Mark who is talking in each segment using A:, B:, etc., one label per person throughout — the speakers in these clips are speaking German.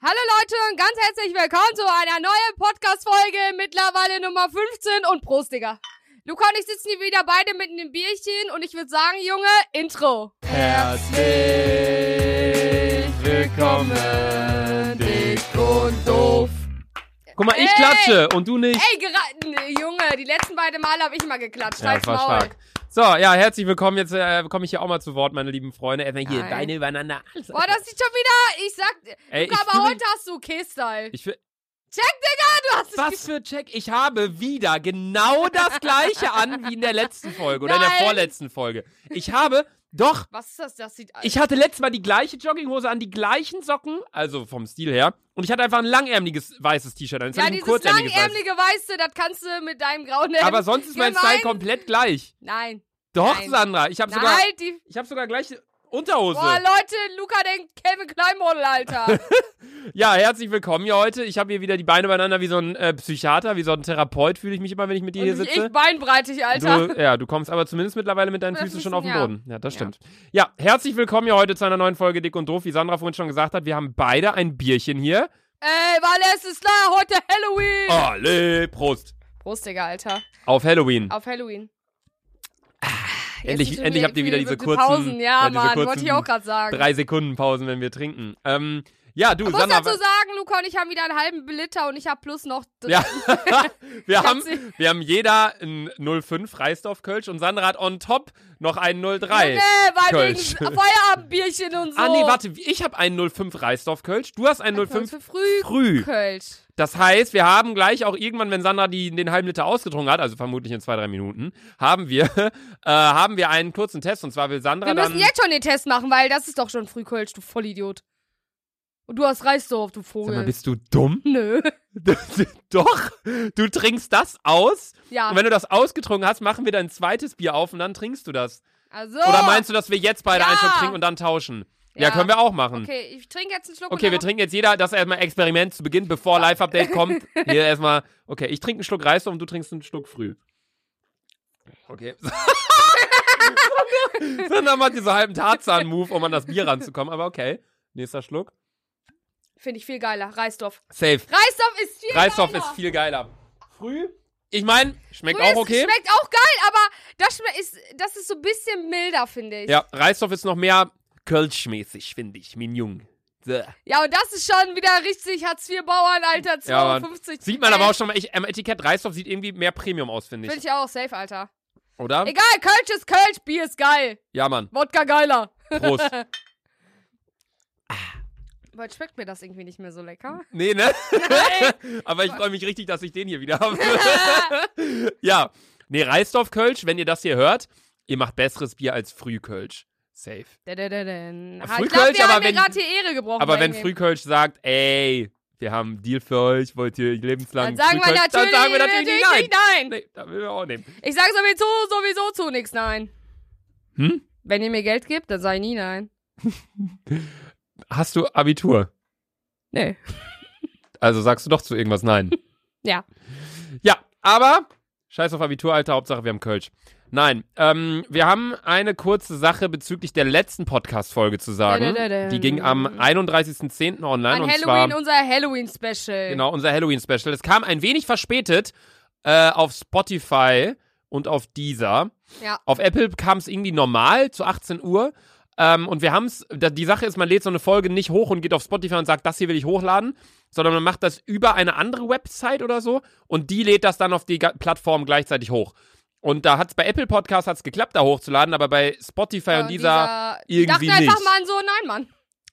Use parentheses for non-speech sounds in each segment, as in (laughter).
A: Hallo Leute und ganz herzlich willkommen zu einer neuen Podcast-Folge, mittlerweile Nummer 15 und Prost, Digga. Luca und ich sitzen hier wieder beide mit einem Bierchen und ich würde sagen, Junge, Intro.
B: Herzlich willkommen, dick und doof. Guck mal, ich
A: Ey.
B: klatsche und du nicht.
A: Ey, gerade, nee, Junge, die letzten beiden Male habe ich mal geklatscht.
B: Ja,
A: Halt's
B: das war
A: Maul.
B: stark. So, ja, herzlich willkommen. Jetzt äh, komme ich hier auch mal zu Wort, meine lieben Freunde. Erstmal hier,
A: Geil.
B: Beine übereinander. Alles
A: Boah, das ist schon wieder, ich sag,
B: Ey, ich
A: Luca, aber
B: fühl mich-
A: heute hast du K-Style.
B: ich fühl-
A: Du hast dich
B: was für ein Check? Ich habe wieder genau das gleiche an wie in der letzten Folge oder in
A: Nein.
B: der vorletzten Folge. Ich habe, doch,
A: Was ist das? Das sieht
B: Ich hatte letztes Mal die gleiche Jogginghose an, die gleichen Socken, also vom Stil her. Und ich hatte einfach ein langärmeliges weißes T-Shirt an. Jetzt
A: Ja,
B: hatte ich ein
A: dieses
B: kurzärmeliges
A: langärmelige Weiße, das kannst du mit deinem grauen
B: weißes.
A: Hemd.
B: Aber sonst ist mein
A: gemein.
B: Style komplett gleich.
A: Nein.
B: Doch,
A: Nein.
B: Sandra, ich habe
A: Nein,
B: sogar,
A: die.
B: ich hab sogar gleiche Unterhose.
A: Boah, Leute, Luca denkt Calvin Klein Model, Alter.
B: ja, herzlich willkommen hier heute. Ich habe hier wieder die Beine beieinander wie so ein äh, Psychiater, wie so ein Therapeut fühle ich mich immer, wenn ich mit dir (laughs) hier
A: Und ich
B: sitze.
A: beinbreitig, Alter.
B: Du, ja, du kommst aber zumindest mittlerweile mit deinen
A: Mit
B: Füßen schon
A: Füßen,
B: auf den
A: ja.
B: Boden. Ja, das
A: Ja.
B: stimmt. Ja, herzlich willkommen hier heute zu einer neuen Folge Dick und Doof. Wie Sandra vorhin schon gesagt hat, wir haben beide ein Bierchen hier.
A: Ey, weil es ist klar, heute Halloween.
B: Oh. Alle, Prost.
A: Prost, Digga, Alter.
B: Auf Halloween.
A: auf Halloween. Jetzt
B: Ah, endlich-
A: sind wir
B: endlich habt ihr
A: für
B: wieder diese kurzen-
A: Pausen. Ja,
B: ja, diese
A: Mann, wollte
B: kurzen
A: ich auch gerade sagen.
B: Drei Sekunden Pausen, wenn wir trinken. Ähm, ja, du,
A: ich muss
B: Sandra.
A: dazu sagen, Luca und ich haben wieder einen halben Liter und ich habe plus noch dr- (laughs)
B: ja, wir, haben,
A: Schatzi.
B: wir haben jeder ein 05 Reisdorf Kölsch und Sandra hat on top noch einen 03.
A: Junge, weil
B: Kölsch.
A: wegen Feierabendbierchen und ne, so.
B: Ah, nee, warte, ich habe einen 05 Reisdorf Kölsch, du hast einen 05
A: Für früh.
B: früh.
A: Kölsch.
B: Das heißt, wir haben gleich auch irgendwann, wenn Sandra die, den halben Liter ausgetrunken hat, also vermutlich in zwei, drei Minuten, haben wir, (laughs) äh, haben wir einen kurzen Test und zwar will Sandra
A: Wir
B: dann.
A: müssen jetzt schon den Test machen, weil das ist doch schon früh Kölsch, du Vollidiot. Und du hast Reisdorf, du
B: Sag
A: Vogel.
B: mal, bist du dumm? (laughs)
A: Nö. (laughs)
B: Doch, du trinkst das aus
A: Ja.
B: Und wenn du das ausgetrunken hast, machen wir dein zweites Bier auf und dann trinkst du das.
A: Also.
B: Oder meinst du, dass wir jetzt beide
A: Ja.
B: einen Schluck trinken und dann tauschen? Ja,
A: Ja.
B: können wir auch machen. Okay,
A: Okay, ich trinke jetzt einen Schluck. und
B: wir
A: dann
B: trinken jetzt jeder das erstmal Experiment zu Beginn, bevor Live-Update
A: (laughs)
B: kommt. Hier erstmal, okay, ich trinke einen Schluck Reis und du trinkst einen Schluck früh. Okay. (laughs) Sandra- Sandra macht diesen halben Tarzan-Move, um an das Bier ranzukommen, aber okay. Nächster Schluck.
A: Finde ich viel geiler. Reisdorf.
B: Safe.
A: Reisdorf ist viel
B: Reisdorf
A: geiler.
B: ist viel geiler. Früh? Ich meine, schmeckt
A: Früh
B: auch okay.
A: Ist, schmeckt auch geil, aber das, schme- ist, das ist so ein bisschen milder, finde ich.
B: Ja, Reisdorf ist noch mehr Kölschmäßig, finde ich, mein Jung. So.
A: Ja, und das ist schon wieder richtig Hartz IV Bauern, Alter,
B: Ja, Mann.
A: 250.
B: Sieht man aber auch schon mal, ich, am Etikett Reisdorf sieht irgendwie mehr Premium aus, finde
A: Finde
B: ich.
A: ich auch safe, Alter.
B: Oder?
A: Egal, Kölsch ist Kölsch, Bier ist geil.
B: Ja, Mann.
A: Wodka geiler. (laughs)
B: Prost.
A: Aber jetzt schmeckt mir das irgendwie nicht mehr so lecker.
B: nee, ne? (laughs) aber ich freue mich richtig, dass ich den hier wieder
A: (laughs)
B: habe. ja. Nee, Reisdorf Kölsch, wenn ihr das hier hört, ihr macht besseres Bier als Frühkölsch. Safe.
A: Da, da, da, da.
B: Ja,
A: ich glaub,
B: Frühkölsch,
A: wir
B: aber
A: haben
B: wenn-
A: dir gerade die Ehre gebrochen.
B: Aber
A: bei
B: wenn
A: dem.
B: Frühkölsch sagt, ey, wir haben einen Deal für euch, wollt ihr lebenslang
A: Dann sagen wir
B: Frühkölsch,
A: natürlich,
B: dann sagen wir natürlich nicht nein.
A: nicht nein.
B: Nee, da will wir auch nehmen.
A: Ich sage sowieso, sowieso zu nichts nein.
B: Hm?
A: Wenn ihr mir Geld gebt, dann sage ich nie nein.
B: Hast du Abitur?
A: Nee.
B: Also sagst du doch zu irgendwas nein.
A: Ja.
B: Ja, aber scheiß auf Abitur, Alter, Hauptsache wir haben Kölsch. Nein, ähm, wir haben eine kurze Sache bezüglich der letzten Podcast-Folge zu sagen.
A: Dadadadam.
B: Die ging am 31.10. online
A: An
B: und
A: Halloween,
B: zwar
A: unser Halloween-Special.
B: genau unser Halloween-Special. Es kam ein wenig verspätet äh, auf Spotify und auf Deezer.
A: Ja.
B: Auf Apple kam es irgendwie normal zu 18 Uhr. Ähm, und wir haben es, die Sache ist, man lädt so eine Folge nicht hoch und geht auf Spotify und sagt, das hier will ich hochladen, sondern man macht das über eine andere Website oder so und die lädt das dann auf die ga- Plattform gleichzeitig hoch. Und da hat es bei Apple Podcast hat's geklappt, da hochzuladen, aber bei Spotify
A: Ja,
B: und dieser,
A: die dachten
B: irgendwie
A: einfach
B: nicht.
A: mal an so, nein,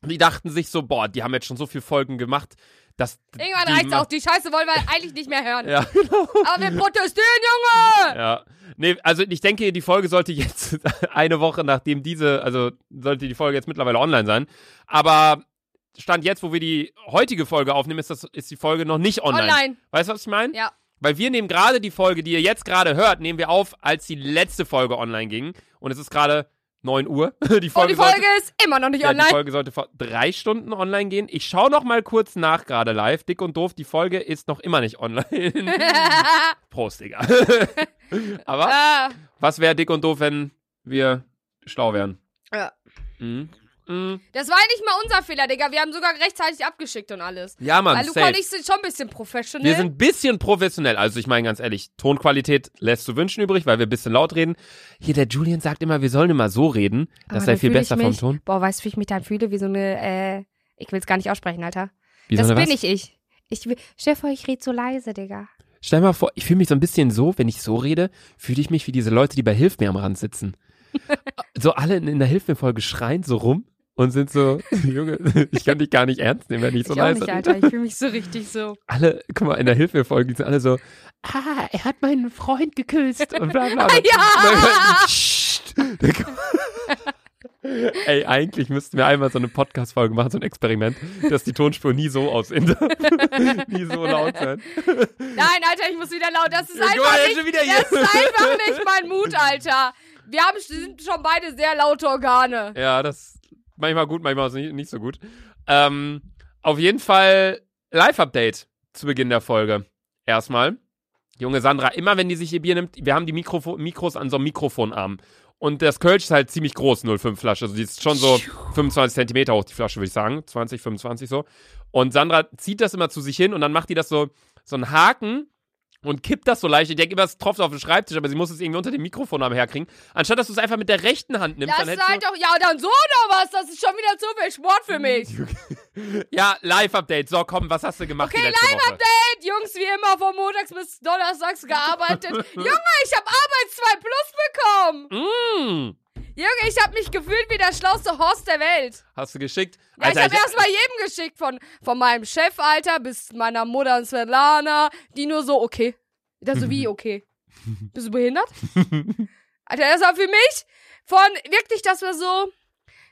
A: Mann.
B: die dachten sich so, boah, die haben jetzt schon so viele Folgen gemacht, dass.
A: Irgendwann
B: die
A: reicht's
B: ma-
A: auch. Die Scheiße wollen wir eigentlich nicht mehr hören.
B: (laughs) Ja,
A: Aber wir protestieren, Junge!
B: Ja. Nee, also ich denke, die Folge sollte jetzt (laughs) eine Woche nachdem diese, also sollte die Folge jetzt mittlerweile online sein. Aber Stand jetzt, wo wir die heutige Folge aufnehmen, ist, das, ist die Folge noch nicht online.
A: Online.
B: Weißt du, was ich meine?
A: Ja.
B: Weil wir nehmen gerade die Folge, die ihr jetzt gerade hört, nehmen wir auf, als die letzte Folge online ging. Und es ist gerade 9 Uhr. (laughs) Die
A: Und
B: Folge,
A: Oh, die Folge
B: sollte,
A: ist immer noch nicht
B: ja, die
A: online.
B: Folge sollte vor drei Stunden online gehen. Ich schaue noch mal kurz nach gerade live. Dick und doof, die Folge ist noch immer nicht online.
A: (laughs)
B: Prost, Digga. (laughs) Aber
A: Ah,
B: was wäre dick und doof, wenn wir schlau wären?
A: Ja.
B: Mhm. Mm.
A: Das war nicht mal unser Fehler, Digga. Wir haben sogar rechtzeitig abgeschickt und alles.
B: Ja, Mann,
A: Weil Luca
B: safe.
A: und ich sind schon ein bisschen professionell.
B: Wir sind ein bisschen professionell. Also ich meine ganz ehrlich, Tonqualität lässt zu wünschen übrig, weil wir ein bisschen laut reden. Hier, der Julian sagt immer, wir sollen immer so reden.
A: Aber
B: Das sei
A: dann
B: viel
A: fühle ich
B: besser
A: mich,
B: vom Ton.
A: Boah, weißt du, wie ich mich dann fühle? Wie so eine, äh, ich will es gar nicht aussprechen, Alter.
B: Wie
A: das
B: soll er
A: bin
B: was?
A: ich ich. Ich will, stell dir vor, ich rede so leise, Digga.
B: Stell mal vor, ich fühle mich so ein bisschen so, wenn ich so rede, fühle ich mich wie diese Leute, die bei Hilf mir am
A: (laughs)
B: Rand sitzen. so alle in in der Hilf mir Folge schreien so rum und sind so, (laughs) Junge, ich kann dich gar nicht ernst nehmen, wenn ich so
A: ich auch
B: leise
A: nicht,
B: rede.
A: Alter. Ich fühle mich so richtig so.
B: Alle, guck mal, in der Hilf mir Folge die sind alle so, ah, er hat meinen Freund geküsst und bla bla.
A: (laughs) Ja!
B: Psst. Ey, eigentlich müssten wir einmal so eine Podcast-Folge machen, so ein Experiment, dass die Tonspur (laughs) nie so aussehen darf. nie so laut sein.
A: Nein, Alter, ich muss wieder laut. Das ist
B: Ja, guck mal,
A: einfach
B: er ist
A: nicht,
B: schon wieder
A: das
B: hier.
A: ist einfach nicht mein Mut, Alter. Wir haben, sind schon beide sehr laute Organe.
B: Ja, das manchmal gut, manchmal ist nicht, nicht so gut. Ähm, auf jeden Fall Live-Update zu Beginn der Folge. Erstmal. Junge Sandra, immer wenn die sich ihr Bier nimmt, wir haben die Mikrofo Mikros an so einem Mikrofonarm. Und das Kölsch ist halt ziemlich groß, 05 Flasche. Also die ist schon so 25 Zentimeter hoch, die Flasche, würde ich sagen. 20, 25 so. Und Sandra zieht das immer zu sich hin und dann macht die das so, so einen Haken und kippt das so leicht. Ich denke immer, es tropft auf den Schreibtisch, aber sie muss es irgendwie unter dem Mikrofonarm herkriegen. Anstatt, dass du es einfach mit der rechten Hand nimmst,
A: Das
B: dann
A: ist
B: hättest du...
A: halt doch, ja, dann so oder was? Das ist schon wieder zu viel Sport für mich.
B: (laughs) Ja, Live-Update. So, komm, was hast du gemacht
A: Okay,
B: die letzte Woche?
A: Hey, Jungs, wie immer, von montags bis donnerstags
B: (laughs)
A: gearbeitet. Junge, ich habe Arbeits 2 Plus bekommen.
B: Mm,
A: Junge, ich habe mich gefühlt wie der schlauste Horst der Welt.
B: hast du geschickt?
A: Ja, ich habe erstmal jedem geschickt, von, von meinem Chef, Alter, bis meiner Mutter und Svetlana, die nur so, okay. Da so wie, okay. Bist du behindert? Alter, das war für mich von, wirklich, das war so,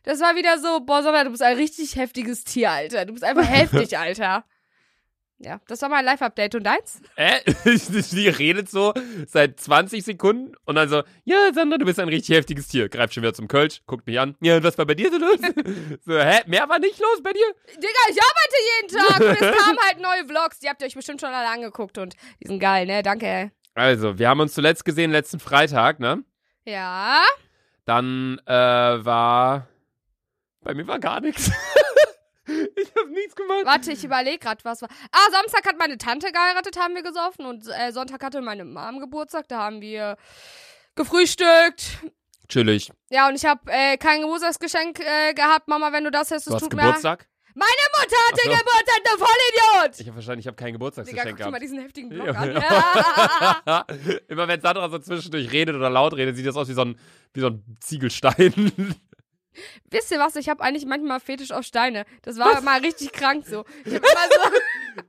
A: das war wieder so, boah, Sommer, du bist ein richtig heftiges Tier, Alter. Du bist einfach heftig, Alter. Ja, das war mein Live-Update und deins?
B: (laughs) äh, die redet so seit 20 Sekunden und dann so, ja, Sandra, du bist ein richtig heftiges Tier. Greift schon wieder zum Kölsch, guckt mich an. Ja, und was war bei dir so los? (laughs) so, hä, mehr war nicht los bei dir?
A: Digga, ich arbeite jeden Tag und es kamen halt neue Vlogs, die habt ihr euch bestimmt schon alle angeguckt und die sind geil, ne? Danke, ey.
B: Also, wir haben uns zuletzt gesehen, letzten Freitag, ne?
A: Ja.
B: Dann äh, war... Bei mir war gar nichts. (laughs) ich habe nichts gemacht.
A: Warte, ich überlege gerade, was war. Ah, Samstag hat meine Tante geheiratet, haben wir gesoffen. Und äh, Sonntag hatte meine Mom Geburtstag, da haben wir gefrühstückt.
B: Chillig.
A: Ja, und ich habe äh, kein Geburtstagsgeschenk äh, gehabt. Mama, wenn du das hörst,
B: Du
A: es
B: hast
A: tut
B: Geburtstag?
A: mir. Meine Mutter hatte
B: Ach so.
A: Geburtstag, du Vollidiot!
B: Ich habe wahrscheinlich, ich habe kein
A: Digga,
B: Geburtstagsgeschenk
A: guck dir
B: gehabt.
A: mal diesen
B: (laughs)
A: heftigen Block
B: Ja,
A: an.
B: Immer wenn Sandra so zwischendurch redet oder laut redet, sieht das aus wie so ein, wie so ein Ziegelstein.
A: (laughs)
B: (laughs)
A: Wisst ihr was? Ich habe eigentlich manchmal Fetisch auf Steine. Das war mal richtig krank so. Ich hab immer so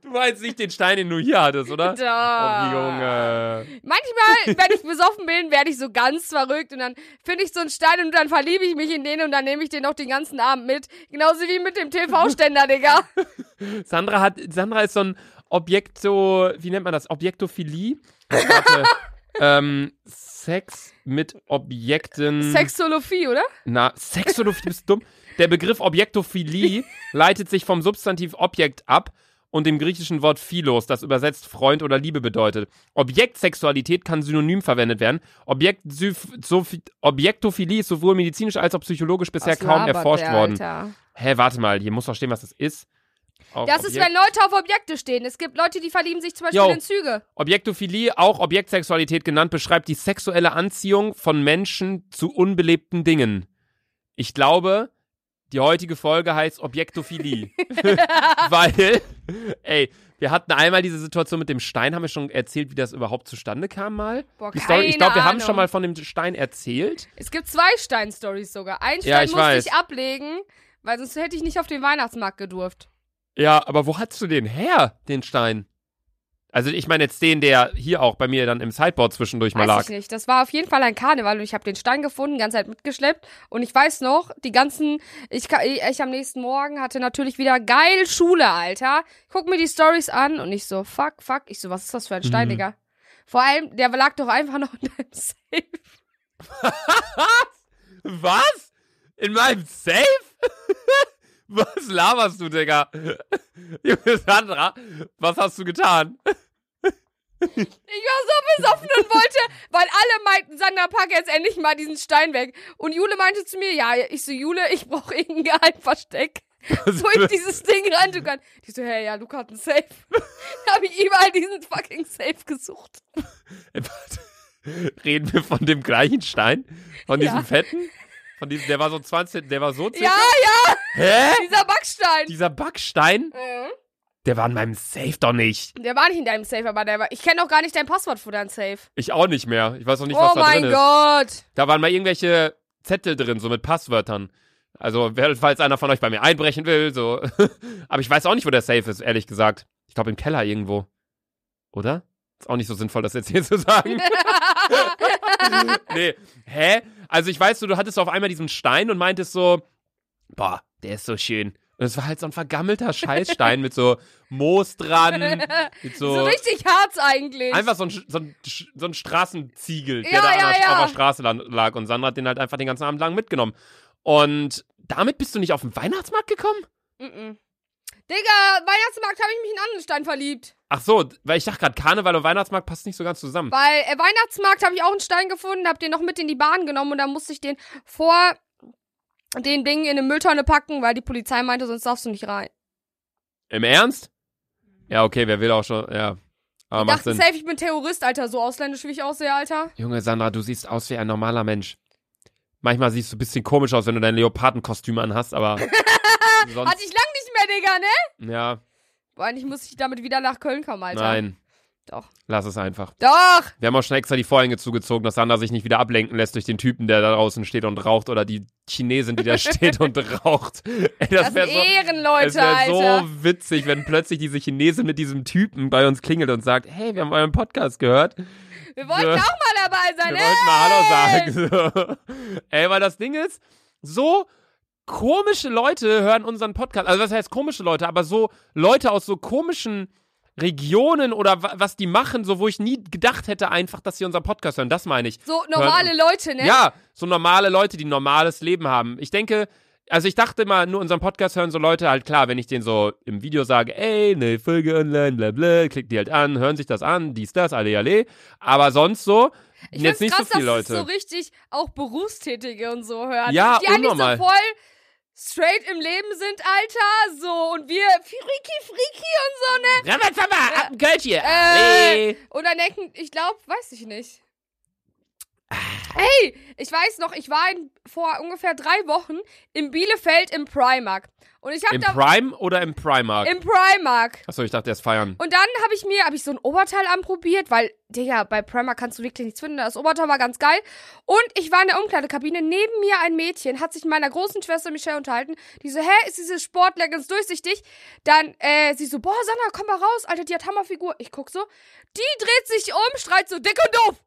B: Du meinst nicht den Stein, den du hier hattest,
A: (laughs)
B: oder?
A: Da.
B: Oh, Junge.
A: Manchmal, wenn ich besoffen bin, werde ich so ganz verrückt und dann finde ich so einen Stein und dann verliebe ich mich in den und dann nehme ich den noch den ganzen Abend mit. Genauso wie mit dem TV-Ständer,
B: (laughs)
A: Digga.
B: Sandra, hat, Sandra ist so ein Objekto, wie nennt man das? Objektophilie? Warte. ähm, Sex mit Objekten.
A: Sexolophie, oder?
B: Na, Sexologist, du bist dumm. Der Begriff Objektophilie
A: (laughs)
B: leitet sich vom Substantiv Objekt ab und dem griechischen Wort Philos, das übersetzt Freund oder Liebe bedeutet. Objektsexualität kann synonym verwendet werden. Objekt Objektophilie ist sowohl medizinisch als auch psychologisch bisher kaum erforscht worden. Hä, warte mal, hier muss doch stehen, was das ist. Auch
A: Das ist, wenn Leute auf Objekte stehen. Es gibt Leute, die verlieben sich zum Beispiel
B: Jo.
A: in Züge.
B: Objektophilie, auch Objektsexualität genannt, beschreibt die sexuelle Anziehung von Menschen zu unbelebten Dingen. Ich glaube, die heutige Folge
A: (laughs)
B: heißt Objektophilie. (laughs) Weil, ey, wir hatten einmal diese Situation mit dem Stein, haben wir schon erzählt, wie das überhaupt zustande kam mal.
A: Boah,
B: Die Story, ich
A: keine
B: glaube, wir haben
A: Ahnung.
B: schon mal von dem Stein erzählt.
A: Es gibt zwei Stein-Stories sogar. Einen Stein
B: Ja, ich
A: musste
B: weiß.
A: ich ablegen, weil sonst hätte ich nicht auf den Weihnachtsmarkt gedurft.
B: Ja, aber wo hast du den her, den Stein? Also ich meine jetzt den, der hier auch bei mir dann im Sideboard zwischendurch
A: Weiß
B: mal lag.
A: ich nicht. Das war auf jeden Fall ein Karneval und ich habe den Stein gefunden, die ganze Zeit mitgeschleppt. Und ich weiß noch, die ganzen, ich, ka- ich, ich am nächsten Morgen hatte natürlich wieder geil Schule, Alter. Guck mir die Stories an und ich so, fuck, fuck. Ich so, was ist das für ein Stein,
B: Mhm.
A: Digga? Vor allem, der lag doch einfach noch in deinem (laughs) Safe.
B: Was? In meinem Safe? (laughs) Was (laughs) laberst du, Digga? Junge Sandra, was hast du getan?
A: Ich war so besoffen und wollte, weil alle meinten, Sandra, pack jetzt endlich mal diesen Stein weg. Und Jule meinte zu mir, ja, ich so, Jule, ich brauche irgendein Geheimversteck, (laughs)
B: Also
A: wo ich
B: (laughs)
A: dieses Ding reintun kann. Die so, hey, ja, Luca hat einen Safe. da habe ich überall diesen fucking Safe gesucht.
B: Reden wir von dem gleichen Stein? Von diesem
A: Ja.
B: fetten? Von diesem, der war so 20, der war so 10.
A: Ja, ja,
B: Hä?
A: dieser Backstein.
B: Dieser Backstein,
A: Mhm.
B: der war in meinem Safe doch nicht.
A: Der war nicht in deinem Safe, aber der war. Ich kenne auch gar nicht dein Passwort für deinen Safe.
B: Ich auch nicht mehr. Ich weiß auch nicht,
A: oh
B: was da
A: mein
B: drin ist.
A: Gott.
B: Da waren mal irgendwelche Zettel drin, so mit Passwörtern. Also, wer- falls einer von euch bei mir einbrechen will, so. (laughs) Aber ich weiß auch nicht, wo der Safe ist, ehrlich gesagt. Ich glaube, im Keller irgendwo. Oder? Ist auch nicht so sinnvoll, das jetzt hier (laughs) zu sagen. nee. Hä? Also, ich weiß, so, du hattest auf einmal diesen Stein und meintest so, boah, der ist so schön. Und es war halt so ein vergammelter Scheißstein mit so Moos
A: (laughs)
B: dran, mit
A: So,
B: so.
A: richtig Harz eigentlich.
B: Einfach so ein, Sch- so ein, Sch- so ein Straßenziegel, der
A: Ja,
B: da
A: ja,
B: an der,
A: ja.
B: auf der Straße lan- lag. Und Sandra hat den halt einfach den ganzen Abend lang mitgenommen. Und damit bist du nicht auf den Weihnachtsmarkt gekommen?
A: Mhm. Digga, Weihnachtsmarkt habe ich mich in einen anderen Stein verliebt.
B: Ach so, weil ich dachte gerade, Karneval und Weihnachtsmarkt passt nicht so ganz zusammen.
A: Weil äh, Weihnachtsmarkt habe ich auch einen Stein gefunden, habe den noch mit in die Bahn genommen und dann musste ich den vor den Ding in eine Mülltonne packen, weil die Polizei meinte, sonst darfst du nicht rein.
B: Im Ernst? Ja, okay, wer will auch schon, ja. Aber
A: Ich
B: Ah, macht
A: dachte
B: Sinn.
A: safe, ich bin Terrorist, Alter. So ausländisch wie ich aussehe, Alter.
B: Junge, Sandra, du siehst aus wie ein normaler Mensch. Manchmal siehst du ein bisschen komisch aus, wenn du dein Leopardenkostüm
A: (laughs)
B: anhast, aber
A: Hatte
B: sonst,
A: ich lang nicht mehr, Digga, ne?
B: ja,
A: Boah, eigentlich muss ich damit wieder nach Köln kommen, Alter.
B: nein.
A: Doch.
B: Lass es einfach.
A: Doch.
B: Wir haben auch schon extra die Vorhänge zugezogen, dass Sandra sich nicht wieder ablenken lässt durch den Typen, der da draußen steht und raucht oder die Chinesin, die da steht und raucht. Ey,
A: Das,
B: das
A: sind
B: wäre so,
A: Ehrenleute,
B: es wär
A: Alter.
B: so witzig, wenn plötzlich diese Chinesin mit diesem Typen bei uns klingelt und sagt, hey, wir haben euren Podcast gehört. Wir
A: Wir wollten
B: Ja.
A: auch mal dabei sein, ne?
B: wollten mal Hallo sagen. (laughs) Ey, weil das Ding ist, so komische Leute hören unseren Podcast. Also was heißt komische Leute, aber so Leute aus so komischen Regionen oder wa- was die machen, so wo ich nie gedacht hätte einfach, dass sie unseren Podcast hören. Das meine ich.
A: So normale Leute, ne?
B: Ja, so normale Leute, die ein normales Leben haben. Ich denke, also ich dachte immer, nur unseren Podcast hören so Leute halt klar, wenn ich denen so im Video sage, ey, ne Folge online, bla bla, klickt die halt an, hören sich das an, dies, das, alle, alle. Aber sonst so,
A: Ich
B: jetzt
A: find's
B: nicht
A: krass,
B: so viele
A: dass es
B: Leute.
A: so richtig auch Berufstätige und so hören.
B: Ja,
A: die eigentlich
B: unnormal.
A: so voll straight im Leben sind, Alter. So, und wir freaky, freaky und so, ne?
B: Rabat, Papa, ab ein Költchen.
A: Äh.
B: Ey.
A: Und dann denken, ich glaube, weiß ich nicht. Hey, ich weiß noch, ich war in, vor ungefähr drei Wochen in Bielefeld im Primark. Und ich habe
B: Im
A: da
B: Prime oder im Primark?
A: im Primark.
B: Achso, ich dachte, erst feiern.
A: Und dann habe ich mir, habe ich so ein Oberteil anprobiert, weil, Digga, bei Primark kannst du wirklich nichts finden. Das Oberteil war ganz geil. Und ich war in der Umkleidekabine, neben mir ein Mädchen, hat sich mit meiner großen Schwester Michelle unterhalten. Die so, hä, ist diese Sportleggings durchsichtig? Dann, äh, sie so, boah, Sandra, komm mal raus, Alter, die hat Hammerfigur. Ich guck so, die dreht sich um, schreit so, dick und doof.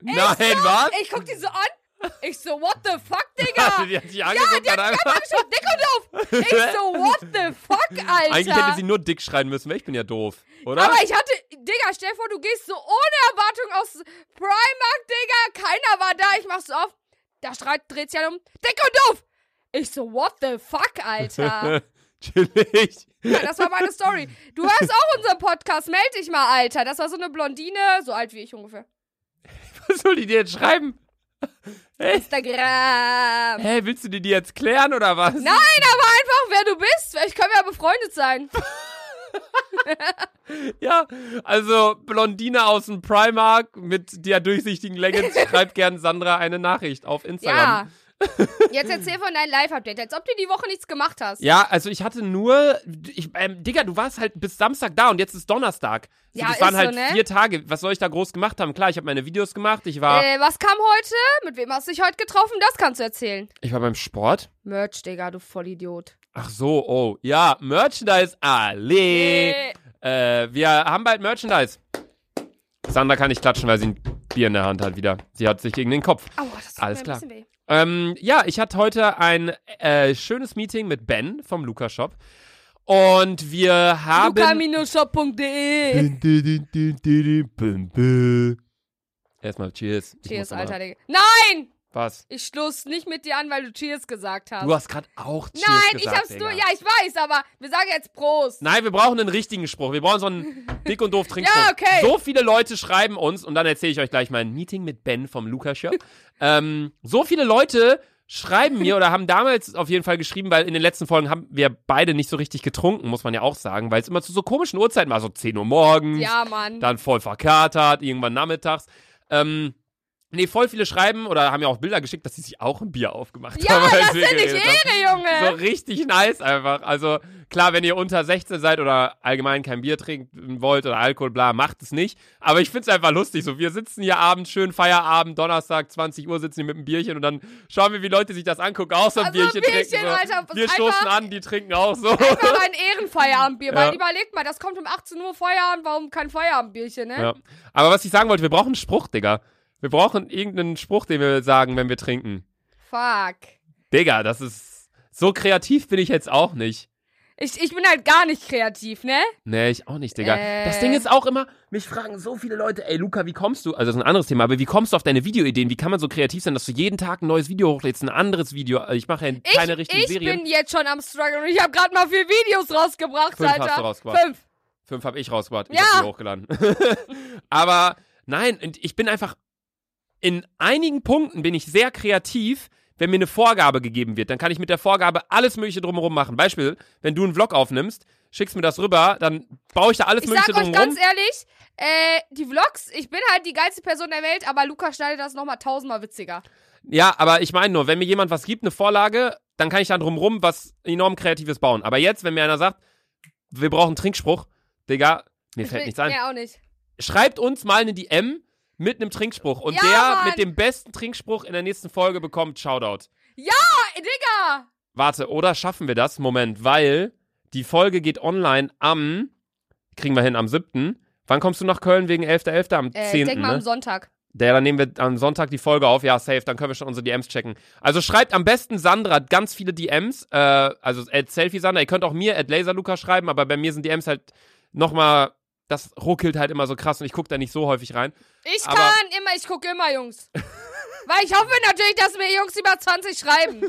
B: Nein, (laughs) was?
A: Ich guck die so an. Ich so, what the fuck,
B: (laughs)
A: Digga?
B: die hat sich angeguckt, hat einfach.
A: Ich so, dick und doof. Ich so, what the fuck, Alter?
B: Eigentlich hätte sie nur dick schreien müssen, weil ich bin ja doof, oder?
A: Aber ich hatte, Digga, stell dir vor, du gehst so ohne Erwartung aus Primark, Digga. Keiner war da. Ich mach's auf. Da schreit, dreht sich einer um. Dick und doof. Ich so, what the fuck,
B: (laughs)
A: Alter.
B: Chillig.
A: Ja, das war meine Story. Du hörst auch unseren Podcast. Meld dich mal, Alter. Das war so eine Blondine, so alt wie ich ungefähr.
B: Was soll die dir jetzt schreiben?
A: Instagram.
B: Hä, willst du dir die jetzt klären oder was?
A: Nein, aber einfach, wer du bist. Vielleicht können wir ja befreundet sein.
B: (laughs) Ja, also Blondine aus dem Primark mit der
A: (laughs)
B: durchsichtigen Leggings schreibt gern Sandra eine Nachricht auf Instagram.
A: Ja. (laughs) Jetzt erzähl von deinem Live-Update, als ob du die Woche nichts gemacht hast.
B: Ja, also ich hatte nur, ich, ähm, Digga, du warst halt bis Samstag da und jetzt ist Donnerstag. So,
A: Ja,
B: das
A: ist
B: waren
A: so,
B: halt
A: ne?
B: vier Tage. Was soll ich da groß gemacht haben? Klar, ich habe meine Videos gemacht. Ich war,
A: Äh, was kam heute? Mit wem hast du dich heute getroffen? Das kannst du erzählen.
B: ich war beim Sport.
A: Merch, Digga, du Vollidiot.
B: Ach so, oh, ja, Merchandise Allee. Äh, wir haben bald Merchandise. Sandra kann nicht klatschen, weil sie ein Bier in der Hand hat wieder. Sie hat sich gegen den Kopf.
A: Aua, das tut
B: Alles
A: mir ein
B: klar.
A: bisschen weh.
B: Ähm, ja, ich hatte heute ein äh, schönes Meeting mit Ben vom Luca Shop. Und wir haben.
A: Luca-shop.de
B: Erstmal Cheers. Ich muss
A: Cheers,
B: nochmal-
A: Alter, Digga. Nein!
B: Was?
A: Ich schluss nicht mit dir an, weil du Cheers gesagt hast.
B: Du hast gerade auch Cheers
A: Nein,
B: gesagt,
A: ich hab's nur.
B: Digga.
A: Ja, ich weiß, aber wir sagen jetzt Prost.
B: Nein, wir brauchen einen richtigen Spruch. Wir brauchen
A: (laughs)
B: so einen dick und doof Trinkspruch.
A: Ja, okay.
B: So viele Leute schreiben uns, und dann erzähle ich euch gleich mein Meeting mit Ben vom
A: (laughs)
B: Lukas Shop. ähm, so viele Leute schreiben mir oder haben damals auf jeden Fall geschrieben, weil in den letzten Folgen haben wir beide nicht so richtig getrunken, muss man ja auch sagen, weil es immer zu so komischen Uhrzeiten war, so 10 Uhr morgens,
A: Ja, Mann.
B: dann voll verkatert, irgendwann nachmittags. Ähm, nee, voll viele schreiben oder haben ja auch Bilder geschickt, dass sie sich auch ein Bier aufgemacht
A: ja,
B: haben. als
A: das
B: wir
A: finde ich
B: geredet haben
A: Ehre, Junge.
B: so richtig nice einfach. Also klar, wenn ihr unter 16 seid oder allgemein kein Bier trinken wollt oder Alkohol, bla, macht es nicht. Aber ich find's einfach lustig. So, wir sitzen hier abends, schön Feierabend, Donnerstag, 20 Uhr sitzen wir mit einem Bierchen und dann schauen wir, wie Leute sich das angucken, auch so ein
A: Also
B: Bierchen,
A: Bierchen,
B: trinken. So.
A: Alter, was
B: wir
A: einfach-
B: stoßen an, die trinken auch so. (laughs)
A: Einfach ein Ehrenfeierabendbier,
B: Ja.
A: weil überlegt mal, das kommt um 18 Uhr Feierabend, warum kein Feierabendbierchen, ne?
B: Ja. Aber was ich sagen wollte, wir brauchen einen Spruch, Digga. Wir brauchen irgendeinen Spruch, den wir sagen, wenn wir trinken.
A: Fuck.
B: Digga, das ist. So kreativ bin ich jetzt auch nicht.
A: Ich, ich bin halt gar nicht kreativ, ne?
B: Nee, ich auch nicht, Digga.
A: Äh.
B: Das Ding ist auch immer, mich fragen so viele Leute, ey Luca, wie kommst du, also das ist ein anderes Thema, aber wie kommst du auf deine Videoideen? Wie kann man so kreativ sein, dass du jeden Tag ein neues Video hochlädst, ein anderes Video? Also Ich mache ja
A: Ich,
B: keine richtigen
A: ich
B: Serien.
A: bin jetzt schon am Struggle und ich habe gerade mal vier Videos rausgebracht,
B: Fünf hast
A: Alter.
B: du rausgebracht.
A: Fünf.
B: Fünf habe ich rausgebracht, ich
A: Ja.
B: hab die hochgeladen. (laughs) aber nein, und ich bin einfach, in einigen Punkten bin ich sehr kreativ, wenn mir eine Vorgabe gegeben wird. Dann kann ich mit der Vorgabe alles mögliche drumherum machen. Beispiel, wenn du einen Vlog aufnimmst, schickst mir das rüber, dann baue ich da alles
A: Ich sag
B: mögliche
A: euch
B: drumherum.
A: ganz ehrlich, äh, die Vlogs, ich bin halt die geilste Person der Welt, aber Luca schneidet das nochmal tausendmal witziger.
B: Ja, aber ich meine nur, wenn mir jemand was gibt, eine Vorlage, dann kann ich dann drumrum was enorm Kreatives bauen. Aber jetzt, wenn mir einer sagt, wir brauchen einen Trinkspruch, Digga, mir fällt
A: Ich-
B: nichts ein.
A: Nee, auch nicht.
B: Schreibt uns mal eine DM mit einem Trinkspruch und
A: Ja,
B: der
A: Mann.
B: mit dem besten Trinkspruch in der nächsten Folge bekommt Shoutout.
A: Ey, Digga!
B: Warte, oder schaffen wir das? Moment, weil die Folge geht online am, kriegen wir hin, am 7. Wann kommst du nach Köln wegen 11.11.? Am
A: Äh,
B: 10.
A: ich denk mal
B: ne?
A: am Sonntag.
B: Der, dann nehmen wir am Sonntag die Folge auf. Ja, safe. Dann können wir schon unsere DMs checken. Also schreibt am besten Sandra hat ganz viele DMs. Äh, also at Selfie Sandra. Ihr könnt auch mir at LaserLuca schreiben, aber bei mir sind DMs halt nochmal. Das ruckelt halt immer so krass und ich gucke da nicht so häufig rein. (laughs)
A: Ich
B: Aber-
A: kann immer, ich gucke immer,
B: (laughs)
A: Jungs. Weil ich hoffe natürlich, dass mir Jungs über 20 schreiben.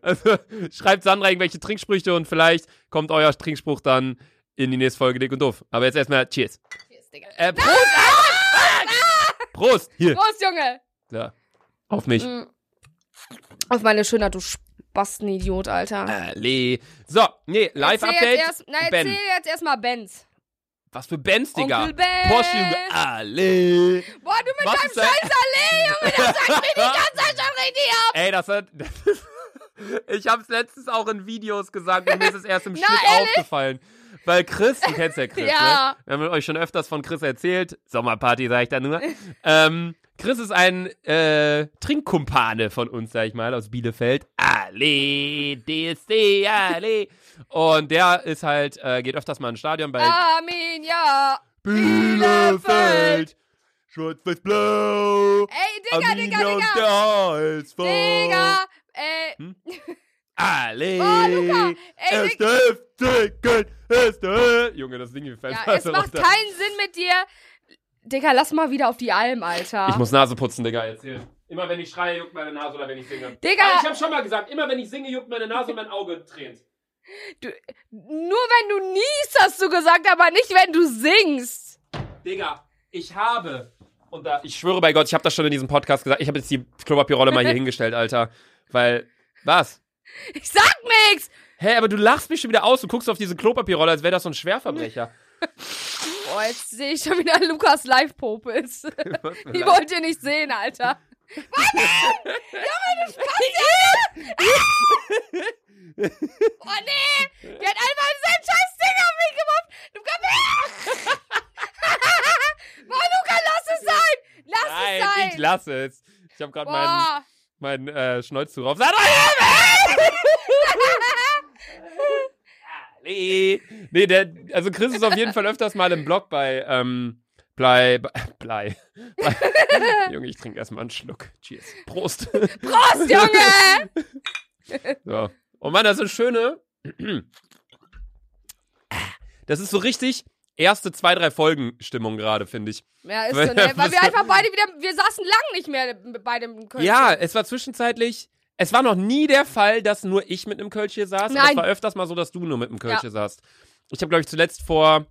B: Also schreibt Sandra irgendwelche Trinksprüche und vielleicht kommt euer Trinkspruch dann in die nächste Folge dick und doof. Aber jetzt erstmal Cheers.
A: Cheers, Digga.
B: Äh, Prost! Ah, Prost! Hier.
A: Prost, Junge!
B: Ja. Auf mich.
A: Mm. Auf meine Schönheit, du Spastenidiot, Alter.
B: Allee. Äh, So, nee,
A: Erzähl
B: Live-Update.
A: jetzt erst- Na,
B: Ben.
A: erzähl jetzt erstmal Benz.
B: Was für Bands, Digga.
A: Onkel Ben.
B: Porsche, Junge. Allee.
A: Boah, du mit
B: Was
A: deinem
B: ist da-
A: scheiß Allee, Junge, das sagt mir die ganze Zeit schon richtig ab.
B: Ah, Ey, das hat. (laughs) Das ist, ich hab's letztens auch in Videos gesagt und mir ist es erst im
A: Na,
B: Schnitt
A: ehrlich?
B: aufgefallen. Weil Chris, du kennst ja Chris,
A: Ja.
B: ne? Wir haben euch schon öfters von Chris erzählt. Sommerparty, sag ich da nur. ähm, Chris ist ein äh, Trinkkumpane von uns, sag ich mal, aus Bielefeld. Ale, DSD, Ale. Und der ist halt, äh, geht öfters mal ins Stadion
A: Ah,
B: bei
A: Armin, ja.
B: Bielefeld. Schwarz-Weiß-Blau.
A: Ey, Digga, Digga,
B: Arminia und
A: Digga.
B: der HSV.
A: Digga.
B: (laughs)
A: Ey,
B: Alle.
A: Oh, Luca, ey,
B: erste FC Köln, erste. Junge, das Ding gefällt
A: ja,
B: mir
A: es
B: so
A: macht
B: runter.
A: keinen Sinn mit dir. Digga, lass mal wieder auf die Alm, Alter.
B: Ich muss Nase putzen, Digga, erzähl. Immer wenn ich schreie, juckt meine Nase oder wenn ich singe.
A: Digga.
B: Aber ich hab schon mal gesagt, immer wenn ich singe, juckt meine Nase und mein Auge tränt.
A: Nur wenn du niest, hast du gesagt, aber nicht, wenn du singst.
B: Digga, ich habe. Und da, ich schwöre bei Gott, ich habe das schon in diesem Podcast gesagt. Ich habe jetzt die Klopapierrolle
A: (laughs)
B: mal hier hingestellt, Alter. Weil, was?
A: Ich sag nix.
B: Hä, aber du lachst mich schon wieder aus und guckst auf diese Klopapierrolle, als wäre das so ein Schwerverbrecher.
A: Boah, jetzt sehe ich schon wieder Lukas
B: (laughs)
A: Live-Popels. Die wollt ihr nicht sehen, Alter.
B: (laughs)
A: Mann! Junge, du Spasti! oh nee! Die hat einmal seinen scheiß Ding auf mich gemacht! Luca, (laughs) Boah, Luca, lass es sein! Lass
B: Nein,
A: es sein!
B: ich lasse es. Ich habe gerade meinen
A: Boah!
B: mein äh, Schnäuz zu rauf. Sandra! nee, (laughs) nee der, also Chris ist auf jeden Fall öfters mal im Blog bei, ähm, Blei, Blei. (laughs) Junge, ich trinke erstmal einen Schluck. Cheers. Prost.
A: Prost, Junge!
B: So. Und Mann, (clears throat) das ist schöne. Das ist so richtig erste zwei, drei Folgen Stimmung gerade, finde ich.
A: Ja, ist so,
B: (laughs)
A: ne? Weil wir einfach beide wieder, wir saßen lang nicht mehr bei dem Kölsch.
B: Ja, es war zwischenzeitlich. Es war noch nie der Fall, dass nur ich mit einem Kölsch hier saß.
A: Nein.
B: Es war öfters mal so, dass du nur mit einem Kölsch
A: Ja.
B: hier saßt. Ich habe, glaube ich, zuletzt vor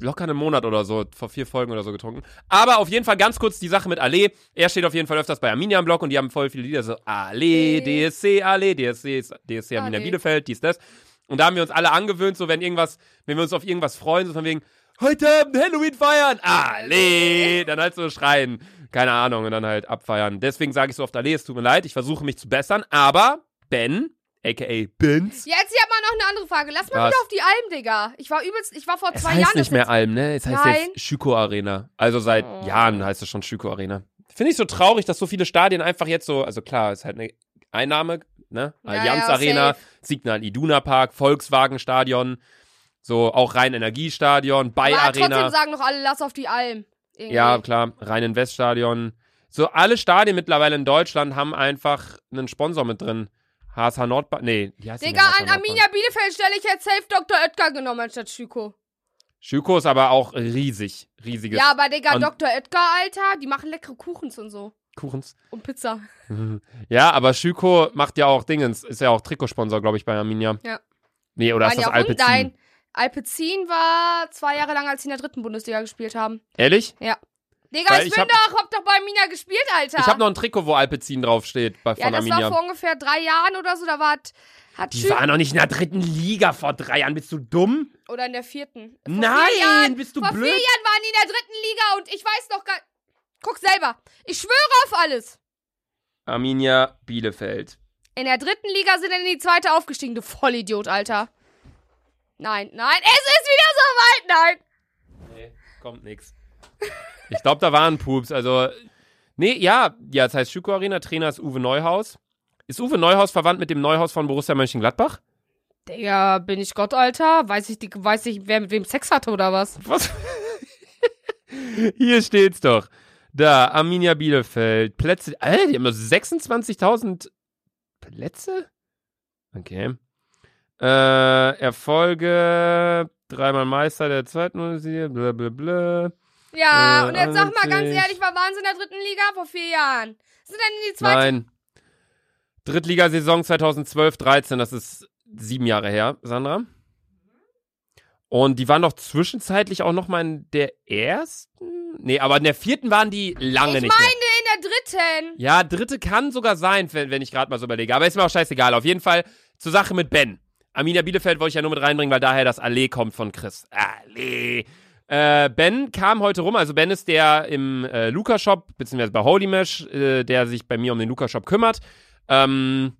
B: locker einem Monat oder so, vor vier Folgen oder so getrunken. Aber auf jeden Fall ganz kurz die Sache mit Ale. Er steht auf jeden Fall öfters bei Arminia im Blog und die haben voll viele Lieder. So Ale, DSC, Ale, DSC, ist- DSC Arminia
A: Ale.
B: Bielefeld, dies, das. Und da haben wir uns alle angewöhnt, so wenn irgendwas, wenn wir uns auf irgendwas freuen, so von wegen, heute Abend Halloween feiern, Ale, dann halt so schreien, keine Ahnung, und dann halt abfeiern. Deswegen sage ich so oft Ale, es tut mir leid, ich versuche mich zu bessern, aber Ben, aka Benz,
A: Jetzt hier hat man noch eine andere Frage. Lass mal
B: Was?
A: wieder auf die Alm, Digga. Ich war übelst, ich war vor
B: es
A: zwei
B: heißt
A: Jahren.
B: nicht
A: das
B: mehr Alm, ne? Es heißt
A: Nein.
B: jetzt Schüko Arena. Also seit
A: Oh.
B: Jahren heißt es schon Schüko Arena. Finde ich so traurig, dass so viele Stadien einfach jetzt so, also klar, ist halt eine Einnahme, ne?
A: Ja,
B: Allianz
A: ja,
B: Arena,
A: safe.
B: Signal Iduna Park, Volkswagen Stadion, so auch Rhein Energiestadion, Bay
A: aber halt
B: Arena.
A: trotzdem sagen noch alle, lass auf die Alm. Irgendwie.
B: Ja, klar, Rhein-Invest-Stadion. So alle Stadien mittlerweile in Deutschland haben einfach einen Sponsor mit drin. HSH Nordbahn, nee, die heißt nicht
A: Digga,
B: mehr HSH
A: an
B: Nordbahn.
A: Arminia Bielefeld stelle ich jetzt safe Dr. Oetker genommen anstatt Schüko.
B: Schüko ist aber auch riesig, riesiges
A: Ja, aber Digga,
B: Und-
A: Dr. Oetker, Alter, die machen leckere Kuchens und so.
B: Kuchens. (laughs)
A: Und Pizza.
B: Ja, aber Schüko macht ja auch Dingens, ist ja auch Trikotsponsor, glaube ich, bei Arminia.
A: Ja.
B: Nee, oder ist
A: Waren
B: das
A: ja auch und-
B: Alpecin?
A: Nein, Alpecin war zwei Jahre lang, als sie in der dritten Bundesliga gespielt haben.
B: Ehrlich?
A: Digga,
B: Weil
A: ich,
B: ich
A: bin
B: hab-
A: doch, hab doch bei Arminia gespielt, Alter.
B: Ich habe noch ein Trikot, wo Alpecin draufsteht, bei, von
A: Ja, das
B: Arminia.
A: war vor ungefähr drei Jahren oder so, da war hat, hat
B: die
A: Schü-
B: waren noch nicht in der dritten Liga vor drei Jahren. Bist du dumm?
A: oder in der vierten. Vor vier
B: Nein,
A: Jahren,
B: bist du
A: vor
B: blöd?
A: vier Jahren waren die in der dritten Liga und ich weiß noch gar. Guck selber. Ich schwöre auf alles.
B: Arminia Bielefeld.
A: In der dritten Liga sind dann in die zweite aufgestiegen, du Vollidiot, Alter. Nein, nein, es ist wieder soweit, nein.
B: Nee, kommt nix. Ich glaube, da waren Pups. Also, nee, ja, ja, das heißt Schüko Arena, Trainer ist Uwe Neuhaus. Ist Uwe Neuhaus verwandt mit dem Neuhaus von Borussia Mönchengladbach?
A: Digga, bin ich Gott, Alter? Weiß ich, die- weiß ich, wer mit wem Sex hatte oder was?
B: Was? Hier steht's doch. Da, Arminia Bielefeld. Plätze. Alter, die haben doch 26.000 Plätze? Okay. Äh, Erfolge. Dreimal Meister der zweiten Bundesliga. Blablabla.
A: Ja,
B: Äh,
A: und jetzt sag mal ganz
B: 91.
A: ehrlich, war waren sie in der dritten Liga vor vier Jahren? Sind dann in die zweite
B: Nein. Drittligasaison 2012-13. Das ist sieben Jahre her, Sandra. Und die waren doch zwischenzeitlich auch noch mal in der ersten? Nee, aber in der vierten waren die lange
A: Ich
B: nicht mehr.
A: in der dritten.
B: Ja, dritte kann sogar sein, wenn, wenn ich gerade mal so überlege. Aber ist mir auch scheißegal. Auf jeden Fall zur Sache mit Ben. Amina Bielefeld wollte ich ja nur mit reinbringen, weil daher das Allee kommt von Chris. Allee. Äh, ben kam heute rum, also Ben ist der im äh, Luca-Shop, beziehungsweise bei Holy Mesh, äh, der sich bei mir um den Luca-Shop kümmert. Ähm,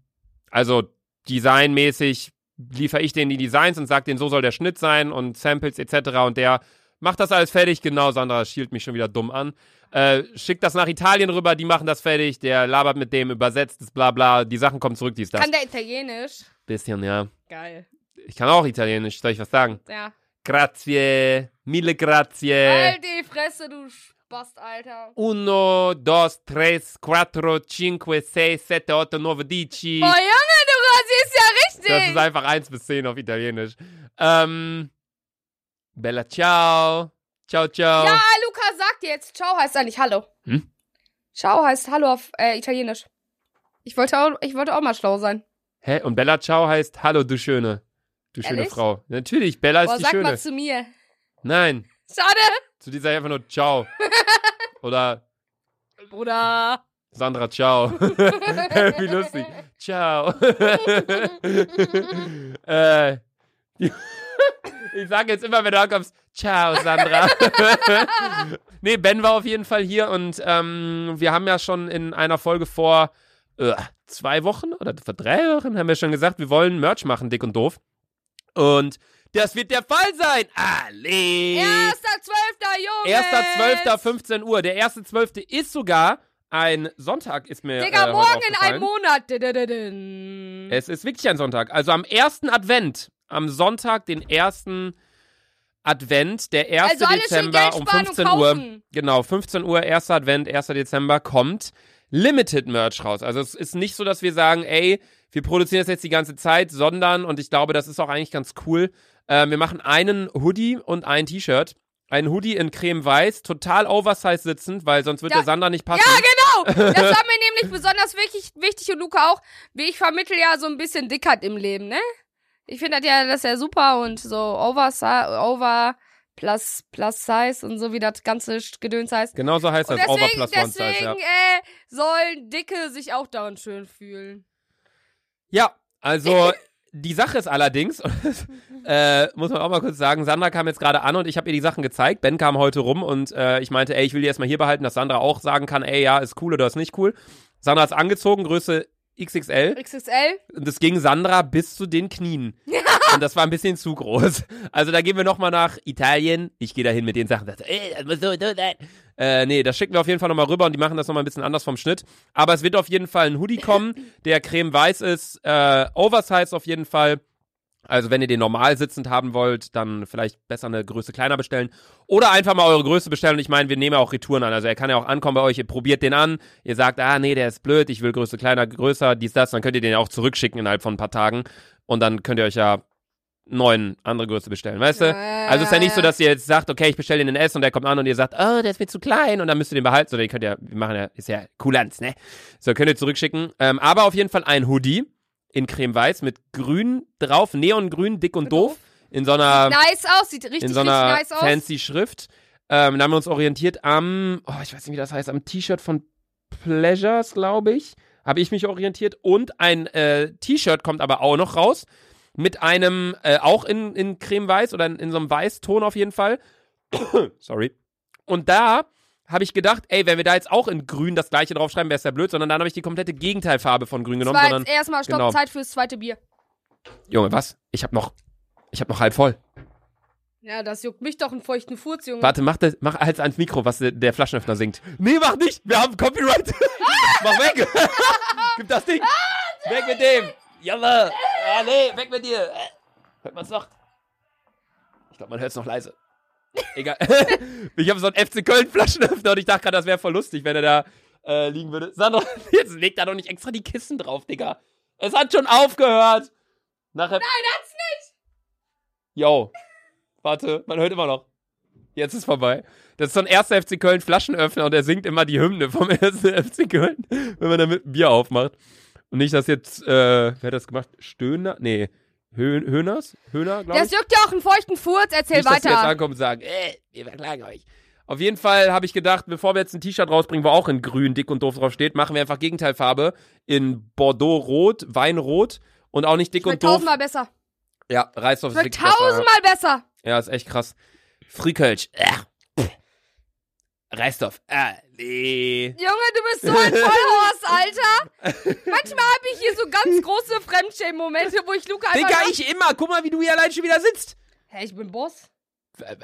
B: also designmäßig liefere ich denen die Designs und sage denen, so soll der Schnitt sein und Samples etc. Und der macht das alles fertig. Genau, Sandra schielt mich schon wieder dumm an. Äh, schickt das nach Italien rüber, die machen das fertig. Der labert mit dem, übersetzt es, bla bla. Die Sachen kommen zurück, dies, das.
A: Kann der Italienisch?
B: Bisschen, ja.
A: Geil.
B: Ich kann auch Italienisch, soll ich was sagen?
A: Ja.
B: Grazie, mille grazie.
A: Halt die Fresse, du Spast, Alter.
B: Oh, Uno, dos, tres, quattro, cinque, sei, sette, otto, nove, dieci.
A: Oh Junge, du rasierst ja
B: Das
A: richtig.
B: ist einfach 1 bis 10 auf Italienisch. Ähm, Bella ciao. Ciao, ciao.
A: ja, Luca sagt dir jetzt, ciao heißt eigentlich Hallo.
B: Hm?
A: Ciao heißt Hallo auf äh, Italienisch. Ich wollte, auch, ich wollte auch mal schlau sein.
B: Hä? Und Bella ciao heißt Hallo, du Schöne. Du schöne
A: Ehrlich?
B: Frau. Natürlich, Bella ist
A: Boah,
B: die
A: sag
B: Schöne.
A: mal zu mir.
B: Nein,
A: Schade.
B: zu dir sag ich einfach
A: (laughs)
B: nur ciao. Oder
A: Bruder.
B: Sandra,
A: (laughs)
B: ciao. (laughs) Wie lustig. Ciao. (laughs) äh, (laughs) ich sage jetzt immer, wenn du ankommst, ciao, Sandra. (laughs) nee, Ben war auf jeden Fall hier und ähm, wir haben ja schon in einer Folge vor äh, zwei Wochen oder vor drei Wochen haben wir schon gesagt, wir wollen Merch machen, dick und doof. Und das wird der Fall sein. Alle.
A: Erster, zwölfter, Junge.
B: 1.12.15 Uhr. Der 1.12. ist sogar ein Sonntag, ist mir äh,
A: Digga,
B: heute
A: morgen in
B: aufgefallen.
A: einem Monat. Didididin.
B: Es ist wirklich ein Sonntag. Also am ersten Advent, am Sonntag, den ersten Advent, der 1.
A: Also alle schön
B: Dezember
A: Geld
B: um
A: sparen und
B: 15 Uhr.
A: kaufen.
B: Genau, 15 Uhr, 1. Advent, 1. Dezember kommt Limited Merch raus. Also es ist nicht so, dass wir sagen, ey, wir produzieren das jetzt die ganze Zeit, sondern, und ich glaube, das ist auch eigentlich ganz cool, Äh, wir machen einen Hoodie und ein T-Shirt. Ein Hoodie in Creme Weiß, total oversized sitzend, weil sonst wird
A: Ja.
B: der Sander nicht passen.
A: Ja, genau! Das war mir nämlich besonders wichtig, wichtig und Luca auch, wie ich vermittel ja so ein bisschen Dickheit im Leben, ne? Ich finde das ja, das ist ja super und so over, over plus, plus size und so, wie das ganze Sch- Gedöns heißt.
B: Genau so heißt
A: Und
B: das, Over
A: deswegen,
B: Plus One Size.
A: deswegen
B: Ja.
A: äh, sollen Dicke sich auch daran schön fühlen.
B: Ja, also die Sache ist allerdings, (laughs) äh, muss man auch mal kurz sagen, Sandra kam jetzt gerade an und ich habe ihr die Sachen gezeigt. Ben kam heute rum und äh, ich meinte, ey, ich will die erstmal hier behalten, dass Sandra auch sagen kann, ey, ja, ist cool oder ist nicht cool. Sandra ist angezogen, Größe XXL.
A: XXL?
B: Und das ging Sandra bis zu den Knien. Und das war ein bisschen zu groß. Also da gehen wir nochmal nach Italien. Ich gehe dahin mit den Sachen. Das, ey, das muss so, so sein. Äh, nee, das schicken wir auf jeden Fall nochmal rüber und die machen das nochmal ein bisschen anders vom Schnitt. Aber es wird auf jeden Fall ein Hoodie kommen, der creme-weiß ist, äh, oversized auf jeden Fall. Also wenn ihr den normal sitzend haben wollt, dann vielleicht besser eine Größe kleiner bestellen. Oder einfach mal eure Größe bestellen. Und ich meine, wir nehmen ja auch Retouren an. Also er kann ja auch ankommen bei euch, ihr probiert den an, ihr sagt, ah nee, der ist blöd, ich will Größe kleiner, größer, dies, das, dann könnt ihr den ja auch zurückschicken innerhalb von ein paar Tagen. Und dann könnt ihr euch ja neun andere Größe bestellen, weißt du? Also ist ja nicht so, dass ihr jetzt sagt, okay, ich bestelle den in S und der kommt an und ihr sagt, oh, der ist mir zu klein und dann müsst ihr den behalten. Oder ihr könnt ja, wir machen ja, ist ja Kulanz, ne? So, könnt ihr zurückschicken. Ähm, aber auf jeden Fall ein Hoodie in creme-weiß mit grün drauf, neongrün, dick und doof, in so einer,
A: Nice aus, sieht richtig,
B: ähm, in so
A: richtig
B: einer
A: nice aus.
B: fancy Schrift. Ähm, da haben wir uns orientiert am, oh, ich weiß nicht, wie das heißt, am T-Shirt von Pleasures, glaube ich, habe ich mich orientiert. Und ein äh, T-Shirt kommt aber auch noch raus mit einem, äh, auch in, in cremeweiß oder in, in so einem Weißton auf jeden Fall. (coughs) Sorry. Und da habe ich gedacht, ey, wenn wir da jetzt auch in grün das gleiche draufschreiben, wäre es ja blöd, sondern dann habe ich die komplette Gegenteilfarbe von grün
A: Das
B: genommen,
A: war
B: sondern,
A: jetzt erstmal Stopp,
B: genau.
A: Zeit fürs zweite Bier.
B: Junge, was? Ich habe noch, ich habe noch halb voll.
A: Ja, das juckt mich doch einen feuchten Furz, Junge.
B: Warte, mach, das, mach halt ans Mikro, was der- der Flaschenöffner singt. Nee, mach nicht! Wir haben Copyright! mach weg! (laughs) Gib das Ding! Weg mit dem! Jalla! Ah, nee, weg mit dir! Äh, Hört man's noch? Ich glaube, man hört's noch leise. Egal. (laughs) ich habe so einen FC Köln-Flaschenöffner und ich dachte gerade, das wäre voll lustig, wenn er da äh, liegen würde. Sandra, (laughs) jetzt leg da doch nicht extra die Kissen drauf, Digga. Es hat schon aufgehört! Nachher.
A: Nein, hat's nicht.
B: Yo. Warte, man hört immer noch. Jetzt ist vorbei. Das ist so ein erster FC Köln Flaschenöffner und er singt immer die Hymne vom (laughs) ersten FC Köln, wenn man damit ein Bier aufmacht. Und nicht, dass jetzt, äh, wer hat das gemacht? Stöhner? Nee. Hö Höhners? Höhner, glaube
A: Das
B: ich.
A: juckt ja auch einen feuchten Furz, erzähl
B: Nicht, dass die jetzt
A: weiter.
B: ankommen und sagen, äh, wir verklagen euch. Auf jeden Fall habe ich gedacht, bevor wir jetzt ein T-Shirt rausbringen, wo auch in grün dick und doof drauf steht, machen wir einfach Gegenteilfarbe in Bordeaux-Rot, Weinrot und auch nicht dick
A: Wird
B: und doof.
A: tausendmal besser.
B: Ja, reißt aufs
A: Wird
B: Dick besser.
A: tausendmal besser.
B: Ja, ist echt krass. Frikölsch. Äh. Pff. Reisdorf. Ah, nee.
A: Junge, du bist so
B: (laughs)
A: ein Vollhorst, Alter. Manchmal habe ich hier so ganz große Fremdschämen-Momente, wo ich Luca einfach.
B: Digga,
A: sag,
B: ich immer. Guck mal, wie du hier allein schon wieder sitzt.
A: Hä, ich bin Boss.
B: Äh, äh,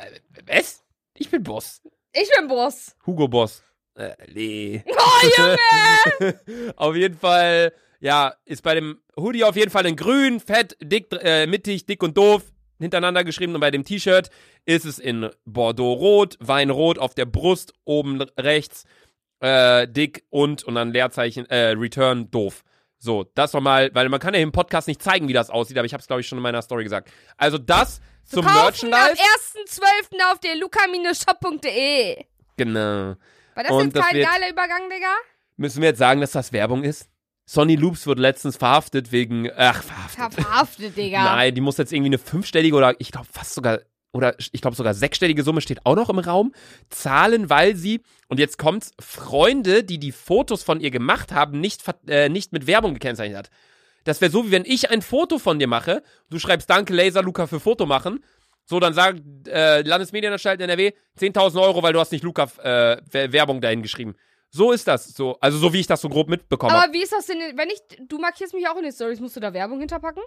B: Was? Ich bin Boss.
A: Ich bin Boss.
B: Hugo Boss. Äh, nee.
A: Oh, Junge.
B: (laughs) auf jeden Fall, ja, ist bei dem Hoodie auf jeden Fall in grün, fett, dick, äh, mittig, dick und doof hintereinander geschrieben und bei dem T-Shirt ist es in Bordeaux-Rot, Weinrot auf der Brust, oben rechts, äh, dick und und dann Leerzeichen, äh, Return, doof. So, das nochmal, weil man kann ja im Podcast nicht zeigen, wie das aussieht, aber ich habe es, glaube ich, schon in meiner Story gesagt. Also das zum
A: Kaufen
B: Merchandise.
A: am 1.12. auf der luca-shop.de.
B: Genau.
A: War das
B: Und
A: jetzt
B: das
A: kein
B: wird-
A: geiler Übergang, Digga?
B: Müssen wir jetzt sagen, dass das Werbung ist? Sonny Loops wurde letztens verhaftet wegen, ach, verhaftet.
A: Ja, Verhaftet, Digga.
B: Nein, die muss jetzt irgendwie eine fünfstellige oder ich glaube fast sogar oder ich glaube sogar sechsstellige Summe steht auch noch im Raum zahlen, weil sie und jetzt kommt's Freunde, die die Fotos von ihr gemacht haben, nicht ver- äh, nicht mit Werbung gekennzeichnet hat. Das wäre so wie wenn ich ein Foto von dir mache, du schreibst Danke Laser Luca für Foto machen. So, dann sagt äh, Landesmedienanstalt NRW 10.000 Euro, weil du hast nicht Luca äh, Wer- Werbung dahin geschrieben. So ist das. So, also so wie ich das so grob mitbekommen habe.
A: Aber wie ist das denn, wenn ich. Du markierst mich auch in den Stories, musst du da Werbung hinterpacken?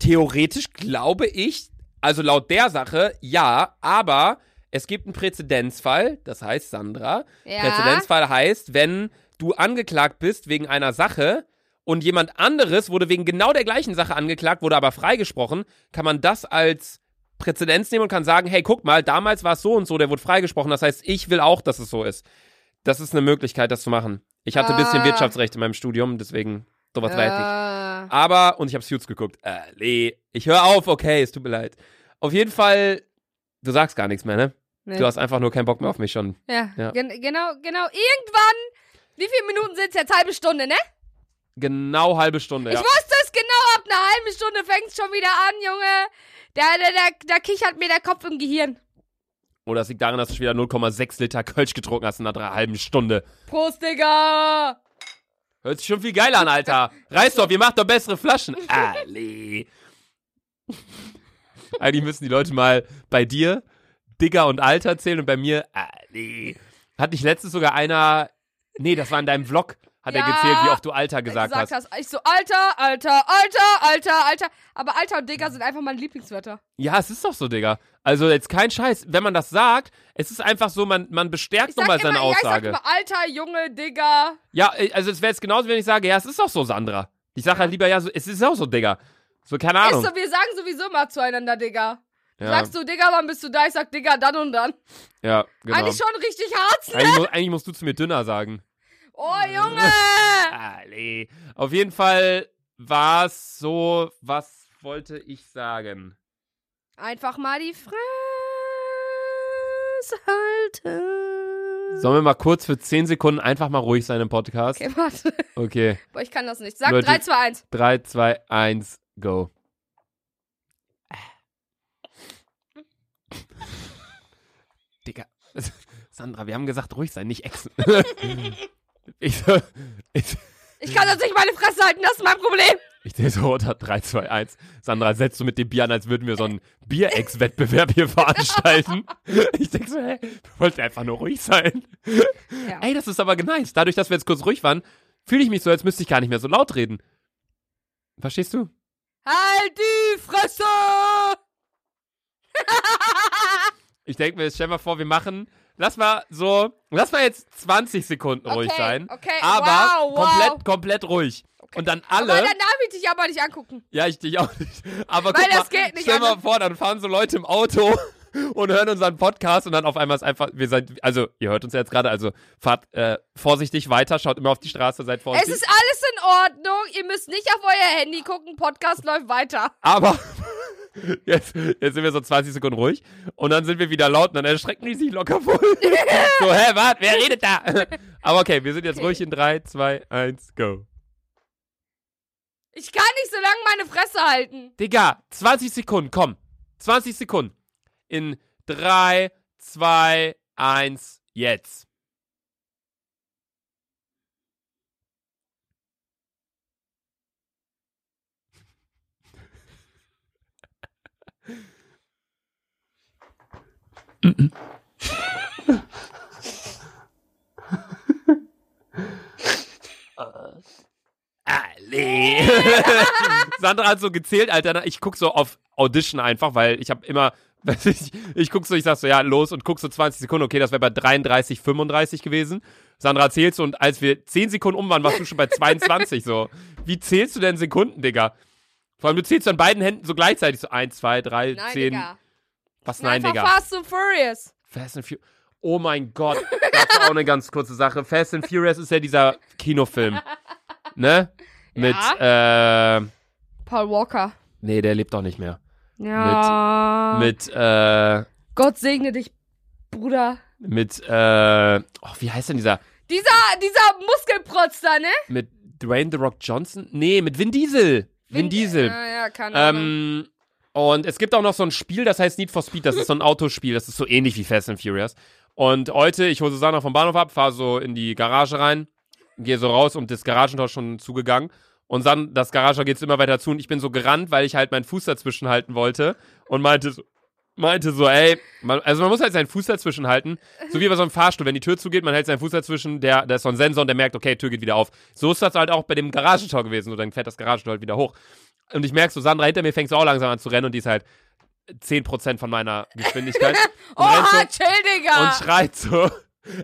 B: Theoretisch glaube ich, also laut der Sache, ja, aber es gibt einen Präzedenzfall, das heißt Sandra.
A: Ja.
B: Präzedenzfall heißt, wenn du angeklagt bist wegen einer Sache und jemand anderes wurde wegen genau der gleichen Sache angeklagt, wurde aber freigesprochen, kann man das als Präzedenz nehmen und kann sagen, hey, guck mal, damals war es so und so, der wurde freigesprochen, das heißt, ich will auch, dass es so ist. Das ist eine Möglichkeit, das zu machen. Ich hatte ein bisschen
A: Ah.
B: Wirtschaftsrecht in meinem Studium, deswegen sowas weiß ich.
A: äh, Ja.
B: Aber, und ich habe Suits geguckt. Äh, nee, ich höre auf, okay, es tut mir leid. Auf jeden Fall, du sagst gar nichts mehr, ne?
A: Nee.
B: Du hast einfach nur keinen Bock mehr auf mich schon.
A: Äh, ja.
B: Ja.
A: Gen genau, genau. Irgendwann. Wie viele Minuten sind es jetzt? Halbe Stunde, ne?
B: Genau halbe Stunde, ja.
A: Ich wusste es genau. Ab einer halben Stunde fängt es schon wieder an, Junge. Da, da, da, da kichert mir der Kopf im Gehirn.
B: Oder es liegt daran, dass du schon wieder 0,6 Liter Kölsch getrunken hast in einer drei- halben Stunde.
A: Prost, Digga.
B: Hört sich schon viel geiler an, Alter. Reiß doch, ihr macht doch
A: (laughs)
B: bessere Flaschen. Ali. Eigentlich müssen die Leute mal bei dir Digger und Alter zählen und bei mir Ali. Hat nicht letztens sogar einer. Nee, das war in deinem Vlog, hat er
A: Ja.
B: gezählt, wie oft du Alter gesagt,
A: gesagt
B: hast.
A: hast. Ich so, Alter, Alter, Alter, Alter, Alter. Aber Alter und Digga sind einfach meine Lieblingswörter.
B: Ja, es ist doch so, Digga. Also jetzt kein Scheiß. Wenn man das sagt, es ist einfach so, man, man bestärkt
A: Ich sag
B: nochmal seine
A: immer,
B: Aussage.
A: Ja, ich sag immer, Alter, Junge, Digga.
B: Ja, äh, also es wäre jetzt genauso, wenn ich sage, ja, es ist doch so, Sandra. Ich sage halt lieber, ja, so, es ist auch so, Digga. So, keine Ahnung.
A: Ist so, wir sagen sowieso immer zueinander, Digga. Du
B: ja,
A: sagst du, Digga, wann bist du da? Ich sag, Digga, dann und dann.
B: ja, genau.
A: Eigentlich schon richtig hart.
B: Eigentlich, mu eigentlich musst du zu mir dünner sagen.
A: Oh,
B: (laughs)
A: Junge!
B: Ali. Auf jeden Fall war es so, was wollte ich sagen?
A: Einfach mal die Fresse halten.
B: Sollen wir mal kurz für 10 Sekunden einfach mal ruhig sein im Podcast?
A: Okay, warte.
B: Okay.
A: Boah, ich kann das nicht. Sag
B: Leute.
A: 3, 2, 1.
B: 3, 2, 1, go. (laughs) Digga. (laughs) Sandra, wir haben gesagt, ruhig sein, nicht exen. ich, so- ich,
A: Ich kann das nicht meine Fresse halten, das ist mein Problem.
B: Ich sehe so unter 3, 2, 1. Sandra, setzt du mit dem Bier an, als würden wir so einen Bierex-Wettbewerb hier veranstalten. Ich denke so, hä, wir wollten einfach nur ruhig sein.
A: Ja.
B: Ey, das ist aber nice. Dadurch, dass wir jetzt kurz ruhig waren, fühle ich mich so, als müsste ich gar nicht mehr so laut reden. Verstehst du?
A: Halt die Fresse!
B: Ich denke mir, stell mal vor, wir machen, lass mal so, lass mal jetzt 20 Sekunden ruhig
A: Okay,
B: sein.
A: okay,
B: aber
A: wow,
B: komplett,
A: wow.
B: komplett ruhig.
A: Okay.
B: Und dann
A: Aber
B: alle.
A: dann darf ich dich aber nicht angucken.
B: Ja, ich dich auch nicht. Aber
A: Weil
B: guck
A: das
B: mal,
A: geht nicht
B: stell mal
A: anders.
B: vor, dann fahren so Leute im Auto (laughs) und hören unseren Podcast und dann auf einmal ist einfach, wir seid, also ihr hört uns ja jetzt gerade, also fahrt äh, vorsichtig weiter, schaut immer auf die Straße, seid
A: Es
B: vorsichtig.
A: ist alles in Ordnung. Ihr müsst nicht auf euer Handy gucken. Podcast läuft weiter.
B: Aber (laughs) jetzt, jetzt sind wir so 20 Sekunden ruhig und dann sind wir wieder laut und dann erschrecken die sich locker voll. so, hä, warte, wer redet da? (laughs) Aber okay, wir sind jetzt ruhig in 3, 2, 1, go.
A: Ich kann nicht so lange meine Fresse halten.
B: Digga, 20 Sekunden, komm. 20 Sekunden. In 3, 2, 1, jetzt. Ali. (laughs) Sandra hat so gezählt, Alter. ne? Ich guck so auf Audition einfach, weil ich habe immer, (laughs) weiß ich, ich guck so, ich sag so, ja, los und guck so 20 Sekunden, okay, das wäre bei 33, 35 gewesen. Sandra zählt so und als wir 10 Sekunden um waren, warst du schon bei 22 so. Wie zählst du denn Sekunden, Digga? Vor allem, du zählst an beiden Händen so gleichzeitig so 1, 2, 3,
A: Nein,
B: 10.
A: Digga.
B: Was nein,
A: Einfach
B: Digga?
A: Fast and Furious.
B: Fast and Furious. Oh mein Gott, das ist auch eine ganz kurze Sache. Fast and Furious ist ja dieser Kinofilm. Ne? Mit, äh,
A: Paul Walker.
B: nee, der lebt doch nicht mehr.
A: Ja.
B: Mit, äh,
A: Gott segne dich, Bruder.
B: mit, äh, oh, wie heißt denn dieser?
A: Dieser, dieser Muskelprotz da, ne?
B: Mit Dwayne The Rock Johnson? Nee, mit Vin Diesel. Vin Diesel.
A: Ja, ja, keine Ahnung.
B: Ähm, und es gibt auch noch so ein Spiel, das heißt Need for Speed. Das
A: (laughs)
B: ist so ein Autospiel. Das ist so ähnlich wie Fast and Furious. Und heute, ich hole Susanna vom Bahnhof ab, fahre so in die Garage rein, gehe so raus und das Garagentor schon zugegangen. Und dann, das Garagentor geht immer weiter zu und ich bin so gerannt, weil ich halt meinen Fuß dazwischen halten wollte und meinte so, meinte so, ey, man, also man muss halt seinen Fuß dazwischen halten, so wie bei so einem Fahrstuhl, wenn die Tür zugeht, man hält seinen Fuß dazwischen, der, da ist so ein Sensor und der merkt, okay, Tür geht wieder auf. So ist das halt auch bei dem Garagentor gewesen, so dann fährt das Garagentor halt wieder hoch. Und ich merke so, Sandra hinter mir fängt so auch langsam an zu rennen und die ist halt 10% von meiner
A: (laughs)
B: Geschwindigkeit. Und rennt so-
A: Oha, Oh, chill, Digga.
B: und schreit so.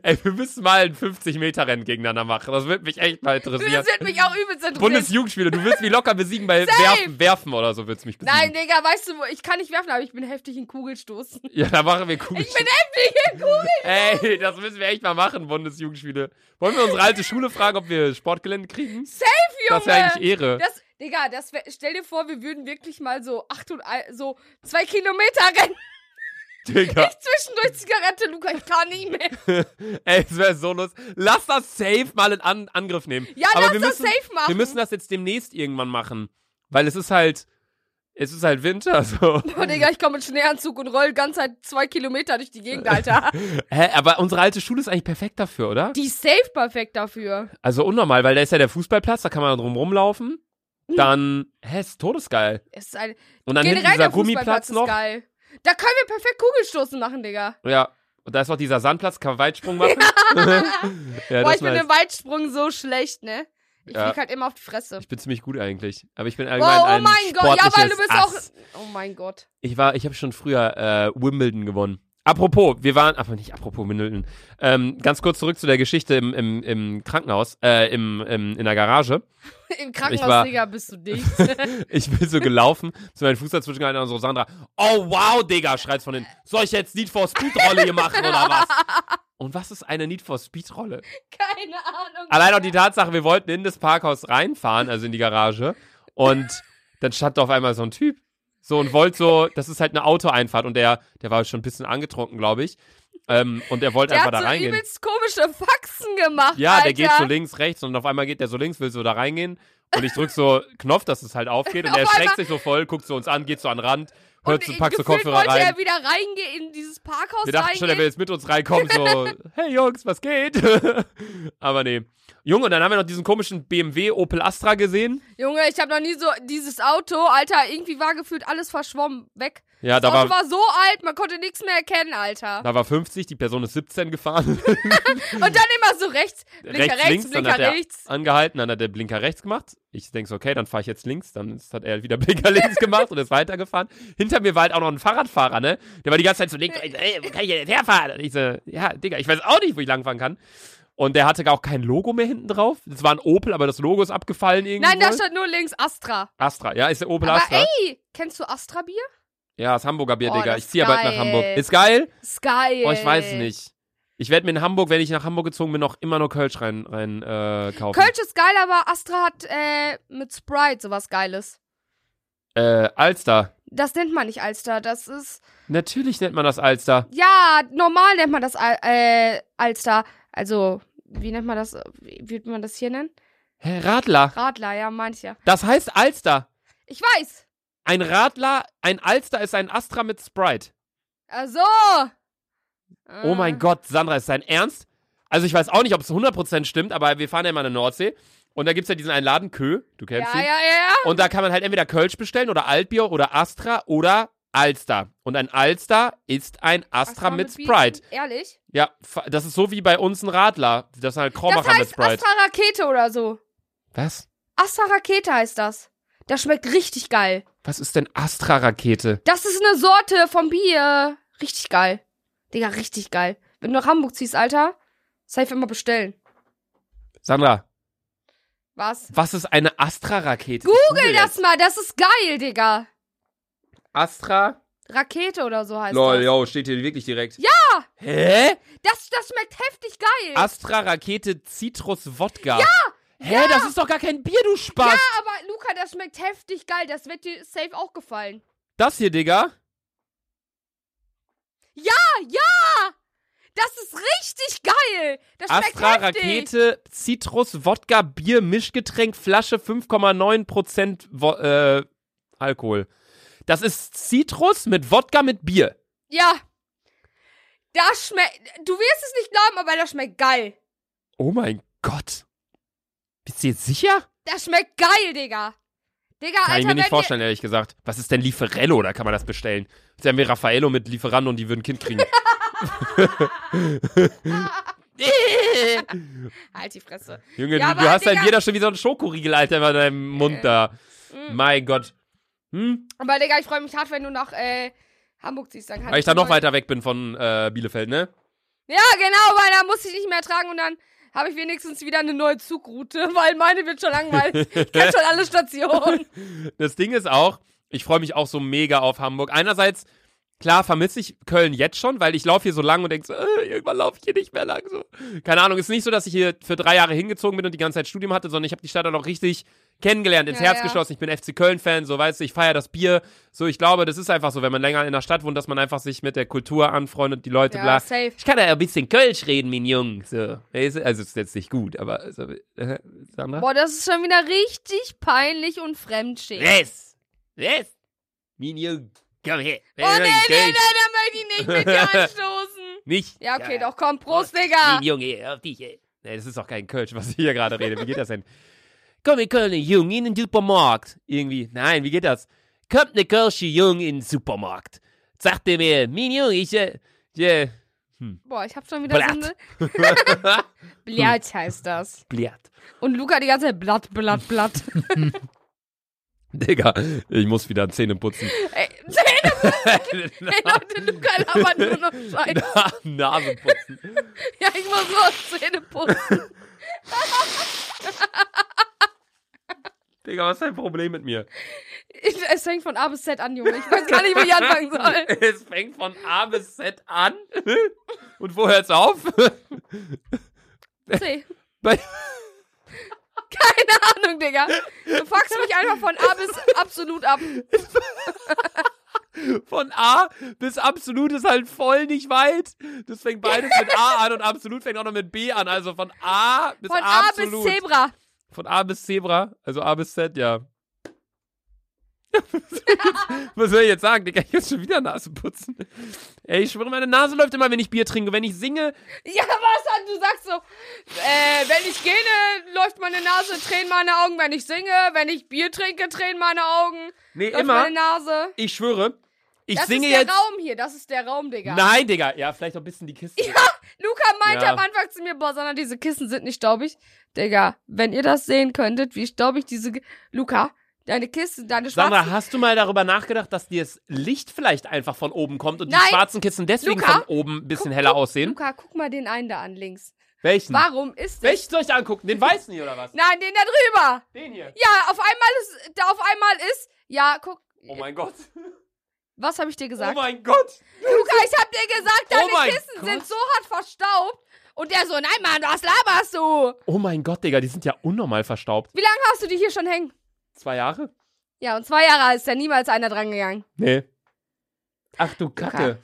B: Ey, wir müssen mal ein 50-Meter-Rennen gegeneinander machen. Das würde mich echt mal interessieren.
A: das wird mich auch übelst interessieren.
B: Bundesjugendspiele, du willst mich locker besiegen bei Werfen, Werfen oder so willst du mich besiegen.
A: Nein, Digga, weißt du, wo- ich kann nicht werfen, aber ich bin heftig in Kugelstoßen.
B: Ja, da machen wir cool.
A: Ich bin heftig in Kugelstoßen.
B: Ey, das müssen wir echt mal machen, Bundesjugendspiele. Wollen wir unsere alte Schule fragen, ob wir Sportgelände kriegen?
A: Safe,
B: Das ist ja eigentlich Ehre.
A: Das, Digga, das wär, stell dir vor, wir würden wirklich mal so acht und ein, so zwei Kilometer rennen.
B: Digga.
A: Ich zwischendurch Zigarette, Luca, ich kann nicht mehr.
B: Ey, es wäre so lustig. Lass das safe mal in An Angriff nehmen.
A: Ja,
B: Aber
A: lass
B: wir
A: das
B: müssen,
A: safe machen.
B: Wir müssen das jetzt demnächst irgendwann machen. Weil es ist halt. Es ist halt Winter, (laughs) so.
A: Boah, Oh, Digga, ich komme mit Schneeanzug und roll ganz halt zwei Kilometer durch die Gegend, Alter.
B: Hä, aber unsere alte Schule ist eigentlich perfekt dafür, oder?
A: Die ist safe perfekt dafür.
B: Also unnormal, weil da ist ja der Fußballplatz, da kann man drum rumlaufen. Dann, hä, ist todesgeil.
A: Es ist ein,
B: Und dann hinten
A: Mhm. generell
B: dieser
A: der Fußballplatz
B: Gummiplatz
A: ist
B: noch.
A: geil. Da können wir perfekt Kugelstoßen machen, Digga.
B: Ja. Und da ist noch dieser Sandplatz, kann man Weitsprung machen. (laughs)
A: Boah,
B: ja, das
A: ich
B: ist
A: bin
B: nice.
A: im Weitsprung so schlecht, ne? Ich
B: Ja.
A: flieg halt immer auf die Fresse.
B: ich bin ziemlich gut eigentlich. Aber ich bin
A: Oh,
B: allgemein
A: oh
B: ein
A: mein Gott, ja, weil du
B: sportliches
A: bist
B: Ass.
A: auch. Oh mein Gott.
B: Ich war, ich habe schon früher äh, Wimbledon gewonnen. Apropos, wir waren, aber nicht apropos Wimbledon. Ähm, ganz kurz zurück zu der Geschichte im, im, im Krankenhaus, äh, im, im, in der Garage.
A: (laughs) Im
B: Ich
A: Krankenhaus,
B: war-
A: Digga, bist du
B: (laughs)
A: nicht.
B: Ich bin so gelaufen, zu meinen Fuß dazwischen gehalten und so Sandra, oh wow, Digga, schreit von hinten. Soll ich jetzt Need for Speed Rolle hier machen oder was? Und was ist eine Need for Speed Rolle?
A: Keine Ahnung.
B: Allein auch die Tatsache, wir wollten in das Parkhaus reinfahren, also in die Garage, und dann stand da auf einmal so ein Typ. So und wollte so, das ist halt eine Autoeinfahrt und der, der war schon ein bisschen angetrunken, glaube ich. Ähm, und er wollte
A: Der
B: einfach
A: hat
B: da
A: so
B: reingehen.
A: übelst komische Faxen gemacht,
B: Ja,
A: Alter.
B: der geht so links, rechts und auf einmal geht der so links, will so da reingehen. Und ich drück so Knopf, dass es halt
A: (laughs)
B: aufgeht und
A: Auf
B: er streckt
A: einmal-
B: sich so voll, guckt so uns an, geht so an den Rand, hört so,
A: Und
B: packt so
A: gefühlt
B: Kopfhörer
A: wollte
B: rein.
A: er wieder reingehen in dieses Parkhaus
B: Wir dachten schon, er will
A: reingehen.
B: jetzt mit uns reinkommen,
A: (laughs)
B: so, hey Jungs, was geht? (laughs) Aber nee. Junge, und dann haben wir noch diesen komischen BMW Opel Astra gesehen.
A: Junge, ich habe noch nie so dieses Auto, Alter, irgendwie war gefühlt alles verschwommen, weg.
B: Ja,
A: das
B: da
A: Auto
B: war,
A: war so alt, man konnte nichts mehr erkennen, Alter.
B: da war 50, die Person ist 17 gefahren.
A: Und dann immer so rechts, Blinker
B: (laughs) rechts,
A: rechts,
B: links, dann
A: Blinker
B: hat er
A: rechts.
B: angehalten, dann hat der Blinker rechts gemacht. Ich denke so, okay, dann fahre ich jetzt links. Dann ist- hat er wieder (laughs) Blinker links gemacht und ist weitergefahren. Hinter mir war halt auch noch ein Fahrradfahrer, ne? Der war die ganze Zeit so links, rechts, ey, wo kann ich denn jetzt herfahren? Und ich so, ja, Digga, ich weiß auch nicht, wo ich langfahren kann. Und der hatte auch kein Logo mehr hinten drauf. Das war ein Opel, aber das Logo ist abgefallen irgendwie.
A: Nein, da stand nur links Astra.
B: Astra, ja, ist der Opel
A: Aber
B: Astra.
A: ey, kennst du Astra-Bier?
B: Ja, ist Hamburger Bier,
A: Oh,
B: Digga.
A: das
B: Ich
A: ist
B: ziehe bald nach
A: geil.
B: Hamburg. Ist geil?
A: Ist geil.
B: Oh, ich weiß nicht. Ich werde mir in Hamburg, wenn ich nach Hamburg gezogen bin, noch immer nur Kölsch rein, rein äh, kaufen.
A: Kölsch ist geil, aber Astra hat äh, mit Sprite sowas Geiles.
B: Äh, Alster.
A: Das nennt man nicht Alster, das ist.
B: Natürlich nennt man das Alster.
A: Ja, normal nennt man das Al äh, Alster. Also, wie nennt man das? Wie würde man das hier nennen?
B: Hä, Radler.
A: Radler, ja, mancher.
B: Das heißt Alster.
A: Ich weiß.
B: Ein Radler, ein Alster ist ein Astra mit Sprite.
A: Also. Äh,
B: Oh
A: Mhm.
B: mein Gott, Sandra, ist dein Ernst? Also ich weiß auch nicht, ob es 100% stimmt, aber wir fahren ja immer in der Nordsee. Und da gibt's ja diesen einen Laden, Kö, du kennst
A: Ja,
B: ihn.
A: ja, ja.
B: Und da kann man halt entweder Kölsch bestellen oder Altbier oder Astra oder Alster. Und ein Alster ist ein Astra, mit
A: Bier.
B: Sprite.
A: Ehrlich?
B: Ja, fa- das ist so wie bei uns ein Radler. Das ist halt
A: Das
B: Krommacher mit
A: heißt
B: Sprite.
A: Astra Rakete oder so.
B: Was?
A: Astra Rakete heißt das. Das schmeckt richtig geil.
B: Was ist denn Astra-Rakete?
A: Das ist eine Sorte vom Bier. Richtig geil. Digga, richtig geil. Wenn du nach Hamburg ziehst, Alter, safe immer bestellen.
B: Sandra,
A: Was?
B: was ist eine Astra-Rakete?
A: Google
B: Ich google
A: Das
B: jetzt.
A: mal, das ist geil, Digga.
B: Astra.
A: Rakete oder so heißt
B: Lol,
A: das.
B: yo, steht hier wirklich direkt. Ja! Hä?
A: Das, das schmeckt heftig geil.
B: Astra-Rakete Citrus-Wodka. Ja! Hä, das ist doch gar kein Bier, du Spaß!
A: Ja, aber Luca, das schmeckt heftig geil. Das wird dir safe auch gefallen.
B: Das hier, Digga.
A: Ah, ja! Das ist richtig geil. Das schmeckt
B: Astra
A: heftig.
B: Rakete Zitrus Wodka Bier Mischgetränk Flasche 5,9% Wo äh, Alkohol. Das ist Zitrus mit Wodka mit Bier.
A: Ja. Das schmeckt. Du wirst es nicht glauben, aber das schmeckt geil.
B: Oh mein Gott. Bist du jetzt sicher?
A: Das schmeckt geil, Digga. Digga,
B: Kann
A: Alter,
B: ich mir nicht
A: wenn
B: vorstellen, ehrlich gesagt. Was ist denn Lieferello? Da kann man das bestellen. Jetzt haben wir Raffaello mit Lieferando und die würden ein Kind kriegen. (laughs)
A: Ihr, halt die Fresse.
B: Junge,
A: Ja,
B: du, du
A: aber,
B: hast dein
A: Digga- Äh.
B: Bier da schon wie so ein Schokoriegel, Alter, in deinem Mund da.
A: Mm.
B: Mein Gott. Hm?
A: Aber Digga, ich freue mich hart, wenn du nach äh, Hamburg ziehst. Dann kann
B: Weil ich da noch
A: mal-
B: weiter weg bin von äh, Bielefeld, ne?
A: Ja, genau, weil da muss ich nicht mehr tragen und dann habe ich wenigstens wieder eine neue Zugroute, (laughs) weil meine wird schon langweilig. Ich kenn schon
B: (laughs)
A: alle Stationen.
B: Das Ding ist auch, ich freue mich auch so mega auf Hamburg. Einerseits Klar vermisse ich Köln jetzt schon, weil ich laufe hier so lang und denke so, äh, irgendwann laufe ich hier nicht mehr lang. So. Keine Ahnung, ist nicht so, dass ich hier für drei Jahre hingezogen bin und die ganze Zeit Studium hatte, sondern ich habe die Stadt auch noch richtig kennengelernt, ins
A: Ja,
B: Herz
A: ja.
B: geschlossen. Ich bin FC Köln-Fan, so weißt du, ich feiere das Bier. So, ich glaube, das ist einfach so, wenn man länger in der Stadt wohnt, dass man einfach sich mit der Kultur anfreundet, die Leute
A: Ja,
B: bla.
A: safe.
B: Ich kann ja ein bisschen Kölsch reden, mein Jung. So. weißt du? Also, ist jetzt nicht gut, aber. So, äh, Sandra?
A: Boah, das ist schon wieder richtig peinlich und fremdschämen.
B: Yes! Yes! Mein Jung, komm her.
A: Oh nee, nee, nee, da möchte ich nicht
B: (laughs)
A: mit dir anstoßen.
B: Nicht?
A: Ja, okay, doch Ah. komm, Prost, Digga.
B: Mein Junge, auf dich, ey. Nee, das ist doch kein Kölsch, was ich hier gerade rede. Wie geht das denn?
A: (laughs)
B: Komm in Köln, Jung, in den Supermarkt. Irgendwie. Nein, wie geht das? Kommt ne Kölsche Jung in den Supermarkt. Sagt er mir, mein Jung, ich, äh, äh,
A: Boah, ich hab schon wieder so
B: Blatt.
A: eine...
B: (laughs)
A: Blatt heißt das.
B: blöd.
A: Und Luca die ganze Zeit Blatt, Blatt, Blatt.
B: (laughs) Digga, ich muss wieder Zähne
A: (laughs)
B: putzen. (laughs)
A: Ey, Zähne, ey, Leute, Luca labert nur
B: (laughs)
A: noch Scheiße.
B: Nase putzen.
A: (laughs) Ja, ich muss nur Zähne putzen.
B: Digga, was ist dein Problem mit mir?
A: Ich, es fängt von A bis Z an, Junge. Ich weiß gar nicht, wo ich anfangen soll.
B: (laughs) Es fängt von A bis Z an. Und wo hört's auf? (laughs)
A: C.
B: Bei-
A: Keine Ahnung, Digga. Du fuckst mich einfach von A bis absolut ab.
B: Von A bis absolut ist halt voll nicht weit. Das fängt beides mit A an und absolut fängt auch noch mit B an. Also von A bis
A: Von A bis
B: absolut.
A: Zebra.
B: Von A bis Zebra, also A bis
A: (laughs)
B: Z, ja. Was soll ich jetzt sagen, Digga? Ich muss schon wieder Nase putzen. Ey, ich schwöre, meine Nase läuft immer, wenn ich Bier trinke. Wenn ich singe,
A: Ja, was? Hat, du sagst so, äh, wenn ich gene, läuft meine Nase, tränen meine Augen. Wenn ich singe, wenn ich Bier trinke, tränen meine Augen.
B: nee,
A: Läuft
B: immer,
A: meine Nase.
B: ich schwöre, ich
A: das
B: singe
A: ist der
B: jetzt.
A: Raum hier, das ist der Raum, Digga.
B: Nein, Digga, ja, vielleicht noch ein bisschen die Kiste.
A: Luca meinte
B: Ja.
A: am Anfang zu mir, boah, sondern diese Kissen sind nicht staubig. Digga, wenn ihr das sehen könntet, wie staubig diese... Ge- Luca, deine Kissen, deine schwarzen
B: Sandra, hast du mal darüber nachgedacht, dass dir das Licht vielleicht einfach von oben kommt und
A: Nein.
B: die schwarzen Kissen deswegen
A: Luca,
B: von oben ein bisschen heller aussehen?
A: Luca, guck mal den einen da an links.
B: Welchen?
A: Warum ist der?
B: Welchen soll ich da angucken? Den weißen hier oder was?
A: Nein, den da drüber.
B: Den hier.
A: Ja, auf einmal ist, da auf einmal ist, ja, guck,
B: Oh mein Gott.
A: was habe ich dir
B: Oh
A: gesagt?
B: mein Gott.
A: Luca, ich habe dir gesagt,
B: Oh
A: deine
B: mein
A: Kissen
B: Gott.
A: sind so hart verstaubt. Und der so, nein, Mann, was laberst du?
B: Oh mein Gott, Digga, die sind ja unnormal verstaubt.
A: Wie lange hast du die hier schon hängen?
B: Zwei Jahre?
A: Ja, und zwei Jahre ist da niemals einer dran gegangen.
B: Nee. Ach du Kacke.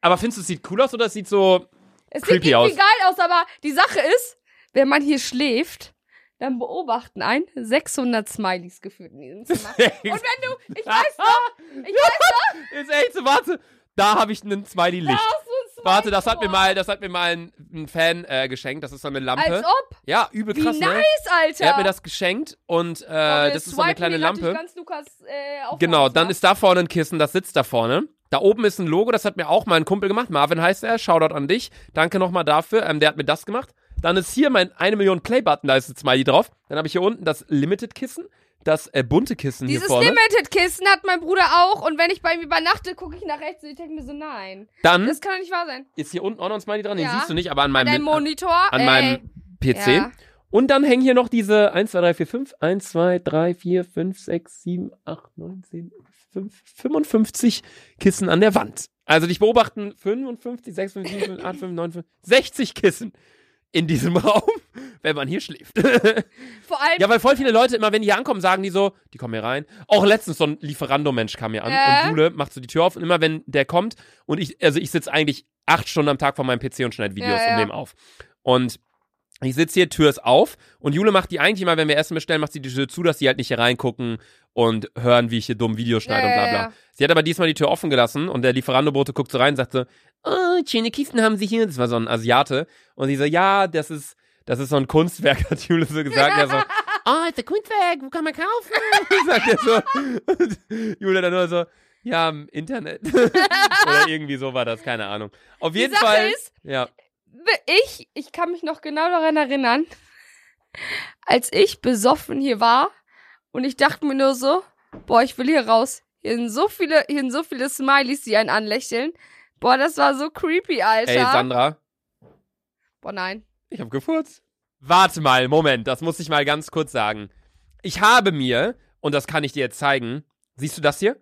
B: Aber findest du, es sieht cool aus oder es sieht so. (laughs)
A: Es
B: Creepy
A: sieht irgendwie
B: aus.
A: geil aus, aber die Sache ist, wenn man hier schläft, dann beobachten ein 600 Smileys gefühlt in diesem
B: (laughs)
A: Zimmer. Und wenn du, ich weiß noch, ich weiß
B: Ist echt so, warte. Da habe (laughs) ich einen
A: noch,
B: Smiley-Licht.
A: hast du ein Smiley
B: Warte, das hat mir
A: geworden.
B: mal, das hat mir mal ein, ein Fan äh, geschenkt. Das ist so eine Lampe.
A: Als ob.
B: ja, übel
A: Also, Wie
B: krass, ne?
A: nice, Alter.
B: Er hat mir das geschenkt und äh,
A: Aber wir
B: das ist so eine
A: swipen
B: kleine
A: den natürlich
B: Lampe.
A: Ganz Lukas, äh, auf
B: Genau,
A: uns,
B: dann
A: ne?
B: ist da vorne ein Kissen, das sitzt da vorne. Da oben ist ein Logo, das hat mir auch mal ein Kumpel gemacht. Marvin heißt er, Shoutout an dich. Danke nochmal dafür, ähm, der hat mir das gemacht. Dann ist hier mein 1 Million Play-Button, da ist ein Smiley drauf. Dann habe ich hier unten das Limited-Kissen, das äh, bunte Kissen
A: Dieses
B: hier vorne.
A: Limited-Kissen hat mein Bruder auch und wenn ich bei ihm übernachte, gucke ich nach rechts und ich denke mir so, nein.
B: Dann
A: Das kann doch nicht wahr sein.
B: ist hier unten auch noch ein Smiley dran, den
A: Ja.
B: siehst du nicht, aber Hm? an meinem,
A: Dein Monitor,
B: an
A: ey.
B: meinem PC.
A: Ja.
B: Und dann hängen hier noch diese 1, 2, 3, 4, 5, 1, 2, 3, 4, 5, 6, 7, 8, 9, 10, 5, 55 Kissen an der Wand. Also dich beobachten 55, 56, 57, 8, 5, 9, 5, 60 Kissen in diesem (laughs) Raum, wenn man hier schläft.
A: Vor allem,
B: ja, weil voll viele Leute immer, wenn die hier ankommen, sagen die so, die kommen hier rein. Auch letztens so ein Lieferando-Mensch kam hier an
A: Äh?
B: und Jule macht so die Tür auf und immer wenn der kommt und ich, also ich sitze eigentlich acht Stunden am Tag vor meinem PC und schneide Videos
A: Ja, ja.
B: und nehme auf. Und ich sitze hier, Tür ist auf und Jule macht die eigentlich immer, wenn wir Essen bestellen, macht sie die Tür zu, dass die halt nicht hier reingucken und hören, wie ich hier dumm Videos schneide
A: Ja,
B: und
A: ja,
B: bla bla.
A: ja.
B: Sie hat aber diesmal die Tür offen gelassen und der Lieferandobote guckt so rein und sagte, oh, schöne Kisten haben sie hier. Das war so ein Asiate. Und sie so, ja, das ist, das ist so ein Kunstwerk, (laughs) hat Jule so gesagt. Und er so, oh, ist ein Kunstwerk, wo kann man (laughs) kaufen? sagt er so. (laughs) Und Jule dann nur so, ja, im Internet. (laughs) Oder irgendwie so war das, keine Ahnung. Auf
A: die
B: jeden
A: Sache
B: Fall.
A: ist,
B: ja.
A: ich, ich kann mich noch genau daran erinnern, als ich besoffen hier war und ich dachte mir nur so, boah, ich will hier raus. Hier sind so viele, hier sind so viele Smileys, die einen anlächeln. Boah, das war so creepy, Alter.
B: Ey, Sandra,
A: boah, nein.
B: Ich habe gefurzt. Warte mal, Moment, das muss ich mal ganz kurz sagen. Ich habe mir, und das kann ich dir jetzt zeigen, siehst du das hier?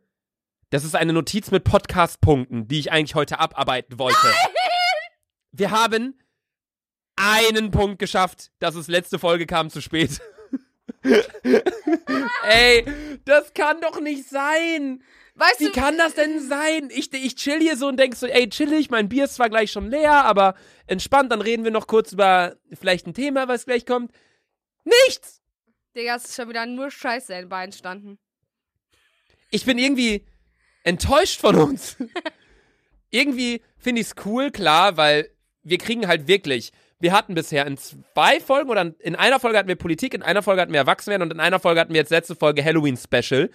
B: Das ist eine Notiz mit Podcast-Punkten, die ich eigentlich heute abarbeiten wollte. Wir haben einen Punkt geschafft. Das ist letzte Folge kam zu spät. (laughs) Ey, das kann doch nicht sein.
A: Weißt
B: Wie
A: du,
B: kann das denn sein? Ich, ich chill hier so und denk so, ey, chill ich, mein Bier ist zwar gleich schon leer, aber entspannt, dann reden wir noch kurz über vielleicht ein Thema, was gleich kommt. Nichts!
A: Digga, es ist schon wieder nur Scheiße in Beinen standen.
B: Ich bin irgendwie enttäuscht von uns. (laughs) irgendwie finde ich es cool, klar, weil wir kriegen halt wirklich, wir hatten bisher in zwei Folgen oder in einer Folge hatten wir Politik, in einer Folge hatten wir Erwachsenwerden und in einer Folge hatten wir jetzt letzte Folge Halloween Special,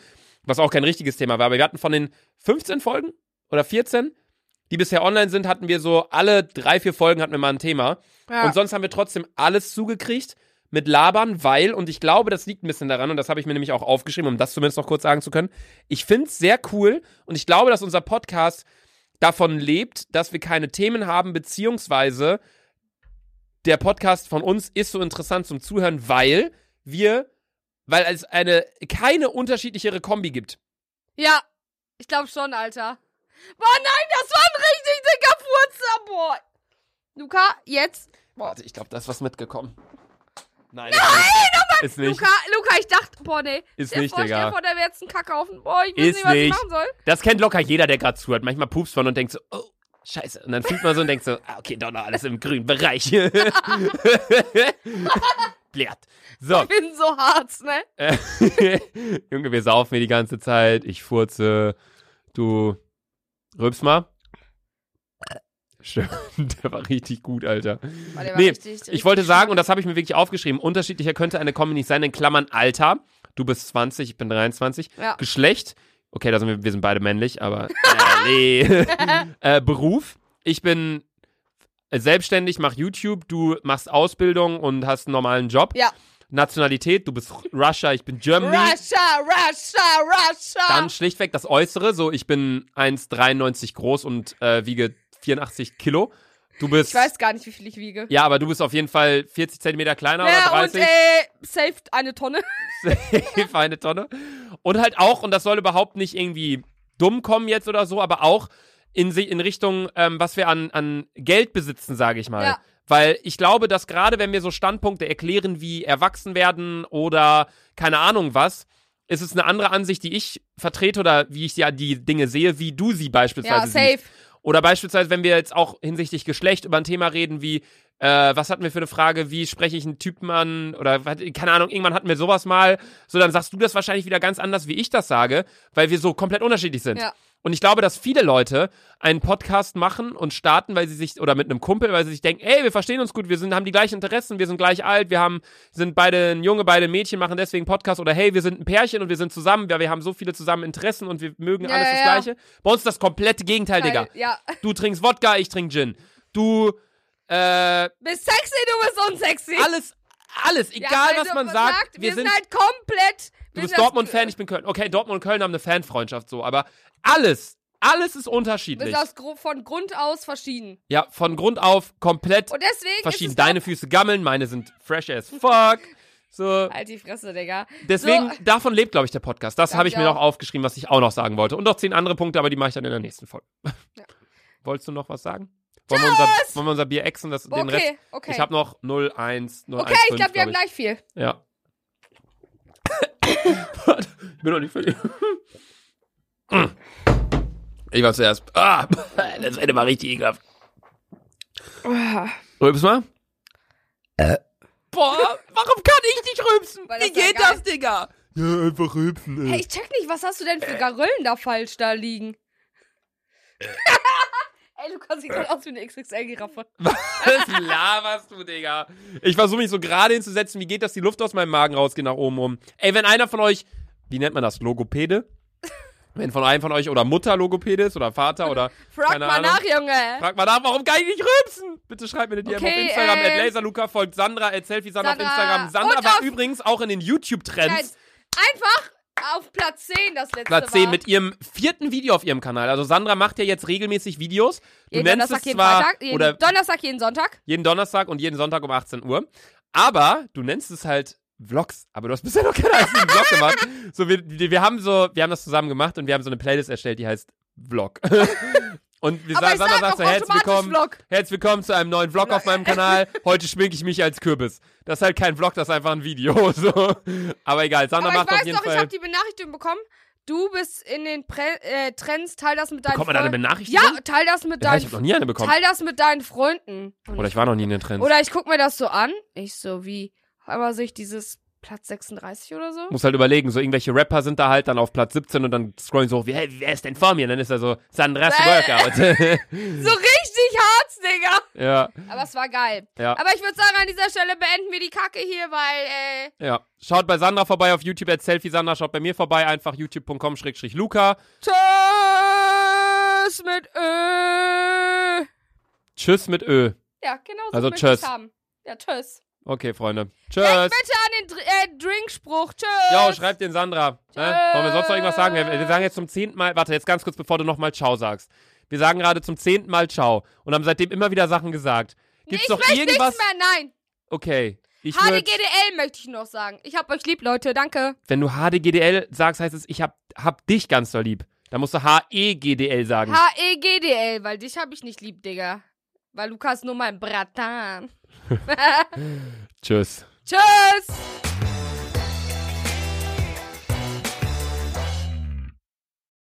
B: was auch kein richtiges Thema war, aber wir hatten von den 15 Folgen oder 14, die bisher online sind, hatten wir so alle drei, vier Folgen hatten wir mal ein Thema.
A: Ja.
B: Und sonst haben wir trotzdem alles zugekriegt mit Labern, weil, und ich glaube, das liegt ein bisschen daran, und das habe ich mir nämlich auch aufgeschrieben, um das zumindest noch kurz sagen zu können. Ich finde es sehr cool und ich glaube, dass unser Podcast davon lebt, dass wir keine Themen haben, beziehungsweise der Podcast von uns ist so interessant zum Zuhören, weil wir, weil es eine, keine unterschiedlichere Kombi gibt.
A: ja, ich glaube schon, Alter. Boah, nein, das war ein richtig dicker Furzer, boah. Luca, jetzt. Boah.
B: Warte, ich glaube, da ist was mitgekommen. Nein, Nein ist nicht.
A: Luca, Luca, ich dachte, boah, nee.
B: Ist
A: Stell dir
B: nicht,
A: vor,
B: Digga.
A: stell dir vor, da wäre jetzt ein Kackhaufen. Boah, ich weiß
B: Ist
A: nicht, was ich
B: nicht.
A: machen soll.
B: Das kennt locker jeder, der gerade zuhört. Manchmal pupst man und denkt so, oh, scheiße. Und dann fühlt man so und denkt so, ah, okay, doch noch alles im grünen Bereich. (laughs) Leert. So. (laughs)
A: Ich bin so hart, ne?
B: äh, Junge, wir saufen hier die ganze Zeit. Ich furze. Du rülps mal. Stimmt, (laughs) der war richtig gut, Alter.
A: Boah, der war
B: Nee,
A: richtig, richtig
B: Ich wollte sagen,
A: schlimm.
B: und das habe ich mir wirklich aufgeschrieben, unterschiedlicher könnte eine Kombi nicht sein, in Klammern Alter. Du bist 20, ich bin 23.
A: Ja.
B: Geschlecht. Okay, da sind wir, wir sind beide
A: (laughs)
B: männlich, aber äh, nee. (laughs) äh, Beruf. Ich bin selbstständig, mach YouTube, du machst Ausbildung und hast einen normalen Job.
A: Ja.
B: Nationalität, du bist Russia, ich bin Germany.
A: Russia, Russia, Russia.
B: ähm, Dann schlichtweg das Äußere, so ich bin 1,93 groß und äh, wiege 84 Kilo. Du bist.
A: ich weiß gar nicht, wie viel ich wiege.
B: Ja, aber du bist auf jeden Fall 40 Zentimeter kleiner oder
A: Ja, und
B: 30.
A: äh, safe eine Tonne.
B: (laughs) Safe eine Tonne. Und halt auch, und das soll überhaupt nicht irgendwie dumm kommen jetzt oder so, aber auch in, si- in Richtung, ähm, was wir an, an Geld besitzen, sage ich mal.
A: Ja.
B: Weil ich glaube, dass gerade wenn wir so Standpunkte erklären wie erwachsen werden oder keine Ahnung was, ist es eine andere Ansicht, die ich vertrete oder wie ich ja die Dinge sehe, wie du sie beispielsweise
A: Ja,
B: siehst.
A: safe.
B: Oder beispielsweise, wenn wir jetzt auch hinsichtlich Geschlecht über ein Thema reden, wie, äh, was hatten wir für eine Frage, wie spreche ich einen Typen an? Oder, was- keine Ahnung, irgendwann hatten wir sowas mal. So, dann sagst du das wahrscheinlich wieder ganz anders, wie ich das sage, weil wir so komplett unterschiedlich sind.
A: Ja.
B: Und ich glaube, dass viele Leute einen Podcast machen und starten, weil sie sich, oder mit einem Kumpel, weil sie sich denken, ey, wir verstehen uns gut, wir sind, haben die gleichen Interessen, wir sind gleich alt, wir haben, sind beide ein Junge, beide ein Mädchen, machen deswegen Podcast oder hey, wir sind ein Pärchen und wir sind zusammen, ja, wir haben so viele zusammen Interessen und wir mögen
A: Ja,
B: alles
A: ja,
B: das
A: ja.
B: Gleiche. Bei uns ist das komplette Gegenteil, Digga.
A: Ja.
B: Du trinkst Wodka, ich trinke Gin. Du, äh,
A: Bist sexy, du bist unsexy.
B: alles, alles, egal
A: Ja,
B: was
A: also
B: man sagt, wir, sind,
A: halt komplett.
B: du
A: wir
B: bist
A: sind das-
B: Dortmund-Fan, ich bin Köln. Okay, Dortmund und Köln haben eine Fanfreundschaft so, aber alles, alles ist
A: Wir
B: unterschiedlich.
A: sind aus, Gru- von Grund aus verschieden.
B: Ja, von Grund auf komplett
A: Und deswegen
B: verschieden.
A: ist es
B: Deine Füße gammeln, meine sind fresh as fuck. So,
A: halt die Fresse, Digga.
B: deswegen,
A: So,
B: davon lebt, glaube ich, der Podcast. Das
A: Glaub
B: habe ich
A: ich
B: mir
A: auch.
B: noch aufgeschrieben, was ich auch noch sagen wollte. Und noch zehn andere Punkte, aber die mache ich dann in der nächsten Folge. (laughs) Wolltest du noch was sagen? Wollen wir, unser, wollen wir unser Bier exen, das, den Rest
A: okay, okay.
B: Ich habe noch 01, 01
A: okay, ich glaube, wir haben gleich viel.
B: Ja. (coughs) Warte, ich bin noch nicht fertig. Ich war zuerst. Ah, (laughs) das hätte mal richtig ekelhaft.
A: Oh.
B: Rülps mal. Äh. Boah, warum kann ich nicht rülpsen?
A: Weil das
B: Wie geht
A: ja geil-
B: das, Digga? Ja, einfach rülpsen,
A: Hey, ich check nicht, was hast du denn für Garöllen da falsch da liegen? Äh. (laughs) Ey, Lukas sieht gerade aus wie eine XXL-Giraffe.
B: Was laberst du, Digga? Ich versuche mich so gerade hinzusetzen. Wie geht das? Die Luft aus meinem Magen rausgeht nach oben rum. Ey, wenn einer von euch, wie nennt man das? Logopäde? Wenn von einem von euch oder Mutter Logopäde ist oder Vater oder.
A: Frag
B: Keine
A: mal
B: Ahnung.
A: nach, Junge.
B: Frag mal nach, warum kann ich nicht rülpsen? Bitte schreibt mir eine DM auf
A: Okay,
B: Instagram.
A: ähm,
B: at Laserluca folgt Sandra, at Selfie Sandra,
A: Sandra.
B: auf Instagram. Sandra
A: Und
B: war
A: auf-
B: übrigens auch in den
A: Nein,
B: YouTube-Trends.
A: einfach auf Platz 10 das letzte
B: Platz
A: war.
B: 10 mit ihrem vierten Video auf ihrem Kanal. Also Sandra macht ja jetzt regelmäßig Videos. Du
A: jeden
B: nennst
A: Donnerstag,
B: es
A: jeden
B: zwar
A: Freitag, jeden
B: oder
A: Donnerstag, jeden Sonntag.
B: jeden Donnerstag und jeden Sonntag um 18 Uhr. Aber du nennst es halt Vlogs, aber du hast bisher noch keinen einzigen Vlog gemacht. So, wir, wir wir haben so, wir haben das zusammen gemacht und wir haben so eine Playlist erstellt, die heißt Vlog. (laughs) Und wir
A: Aber
B: sagen
A: ich
B: Sandra
A: sag
B: sagt
A: auch
B: so, herzlich
A: automatisch
B: willkommen,
A: Vlog.
B: herzlich willkommen zu einem neuen Vlog auf
A: (laughs)
B: meinem Kanal. Heute schminke ich mich als Kürbis. Das ist halt kein Vlog, das ist einfach ein Video. (laughs) So. Aber egal, Sandra
A: Aber ich
B: macht auf
A: weiß
B: jeden
A: doch, ich
B: Fall.
A: habe die Benachrichtigung bekommen. Du bist in den Pre äh, Trends, teil das mit deinen
B: Kommt man da eine
A: Freunden.
B: Benachrichtigung?
A: Ja, teil das mit
B: Ja, ich
A: deinen
B: habe noch nie eine bekommen.
A: Teil das mit deinen Freunden. Und
B: Oder ich war noch nie in den Trends.
A: Oder ich guck mir das so an. Ich so, wie, aber sehe ich dieses Platz 36 oder so?
B: Muss halt überlegen, so irgendwelche Rapper sind da halt dann auf Platz 17 und dann scrollen so hoch, wer, wer ist denn vor mir? Und dann ist er so, Sandras
A: Äh. (laughs)
B: Workout.
A: So richtig hart, Digga.
B: ja,
A: Aber es war geil.
B: ja,
A: Aber ich würde sagen, an dieser Stelle beenden wir die Kacke hier, weil, äh,
B: ja. Schaut bei Sandra vorbei auf YouTube, at Selfie Sandra, schaut bei mir vorbei, einfach youtube.com-luca.
A: Tschüss mit Ö.
B: Tschüss mit Ö.
A: Ja, genau so
B: Also
A: möchte ich's
B: tschüss.
A: haben. Ja, tschüss.
B: Okay, Freunde.
A: Denk
B: Tschüss.
A: bitte an den Dr äh, Drinkspruch. Tschüss.
B: Ja, schreibt den Sandra. Ne? Wollen wir sonst noch irgendwas sagen? Wir, wir sagen jetzt zum zehnten Mal, warte, jetzt ganz kurz, bevor du nochmal Ciao sagst. Wir sagen gerade zum zehnten Mal Ciao und haben seitdem immer wieder Sachen gesagt.
A: Nee,
B: Gibt's
A: ich
B: doch
A: möchte
B: irgendwas?
A: nichts mehr, nein.
B: Okay. Ich würd-
A: HDGDL möchte ich noch sagen. Ich hab euch lieb, Leute. Danke.
B: Wenn du HDGDL sagst, heißt es, ich hab, hab dich ganz doll lieb. Da musst du E HEGDL sagen.
A: E HEGDL, weil dich hab ich nicht lieb, Digga. Weil Lukas nur mein Bratan.
B: Tschüss.
A: Tschüss.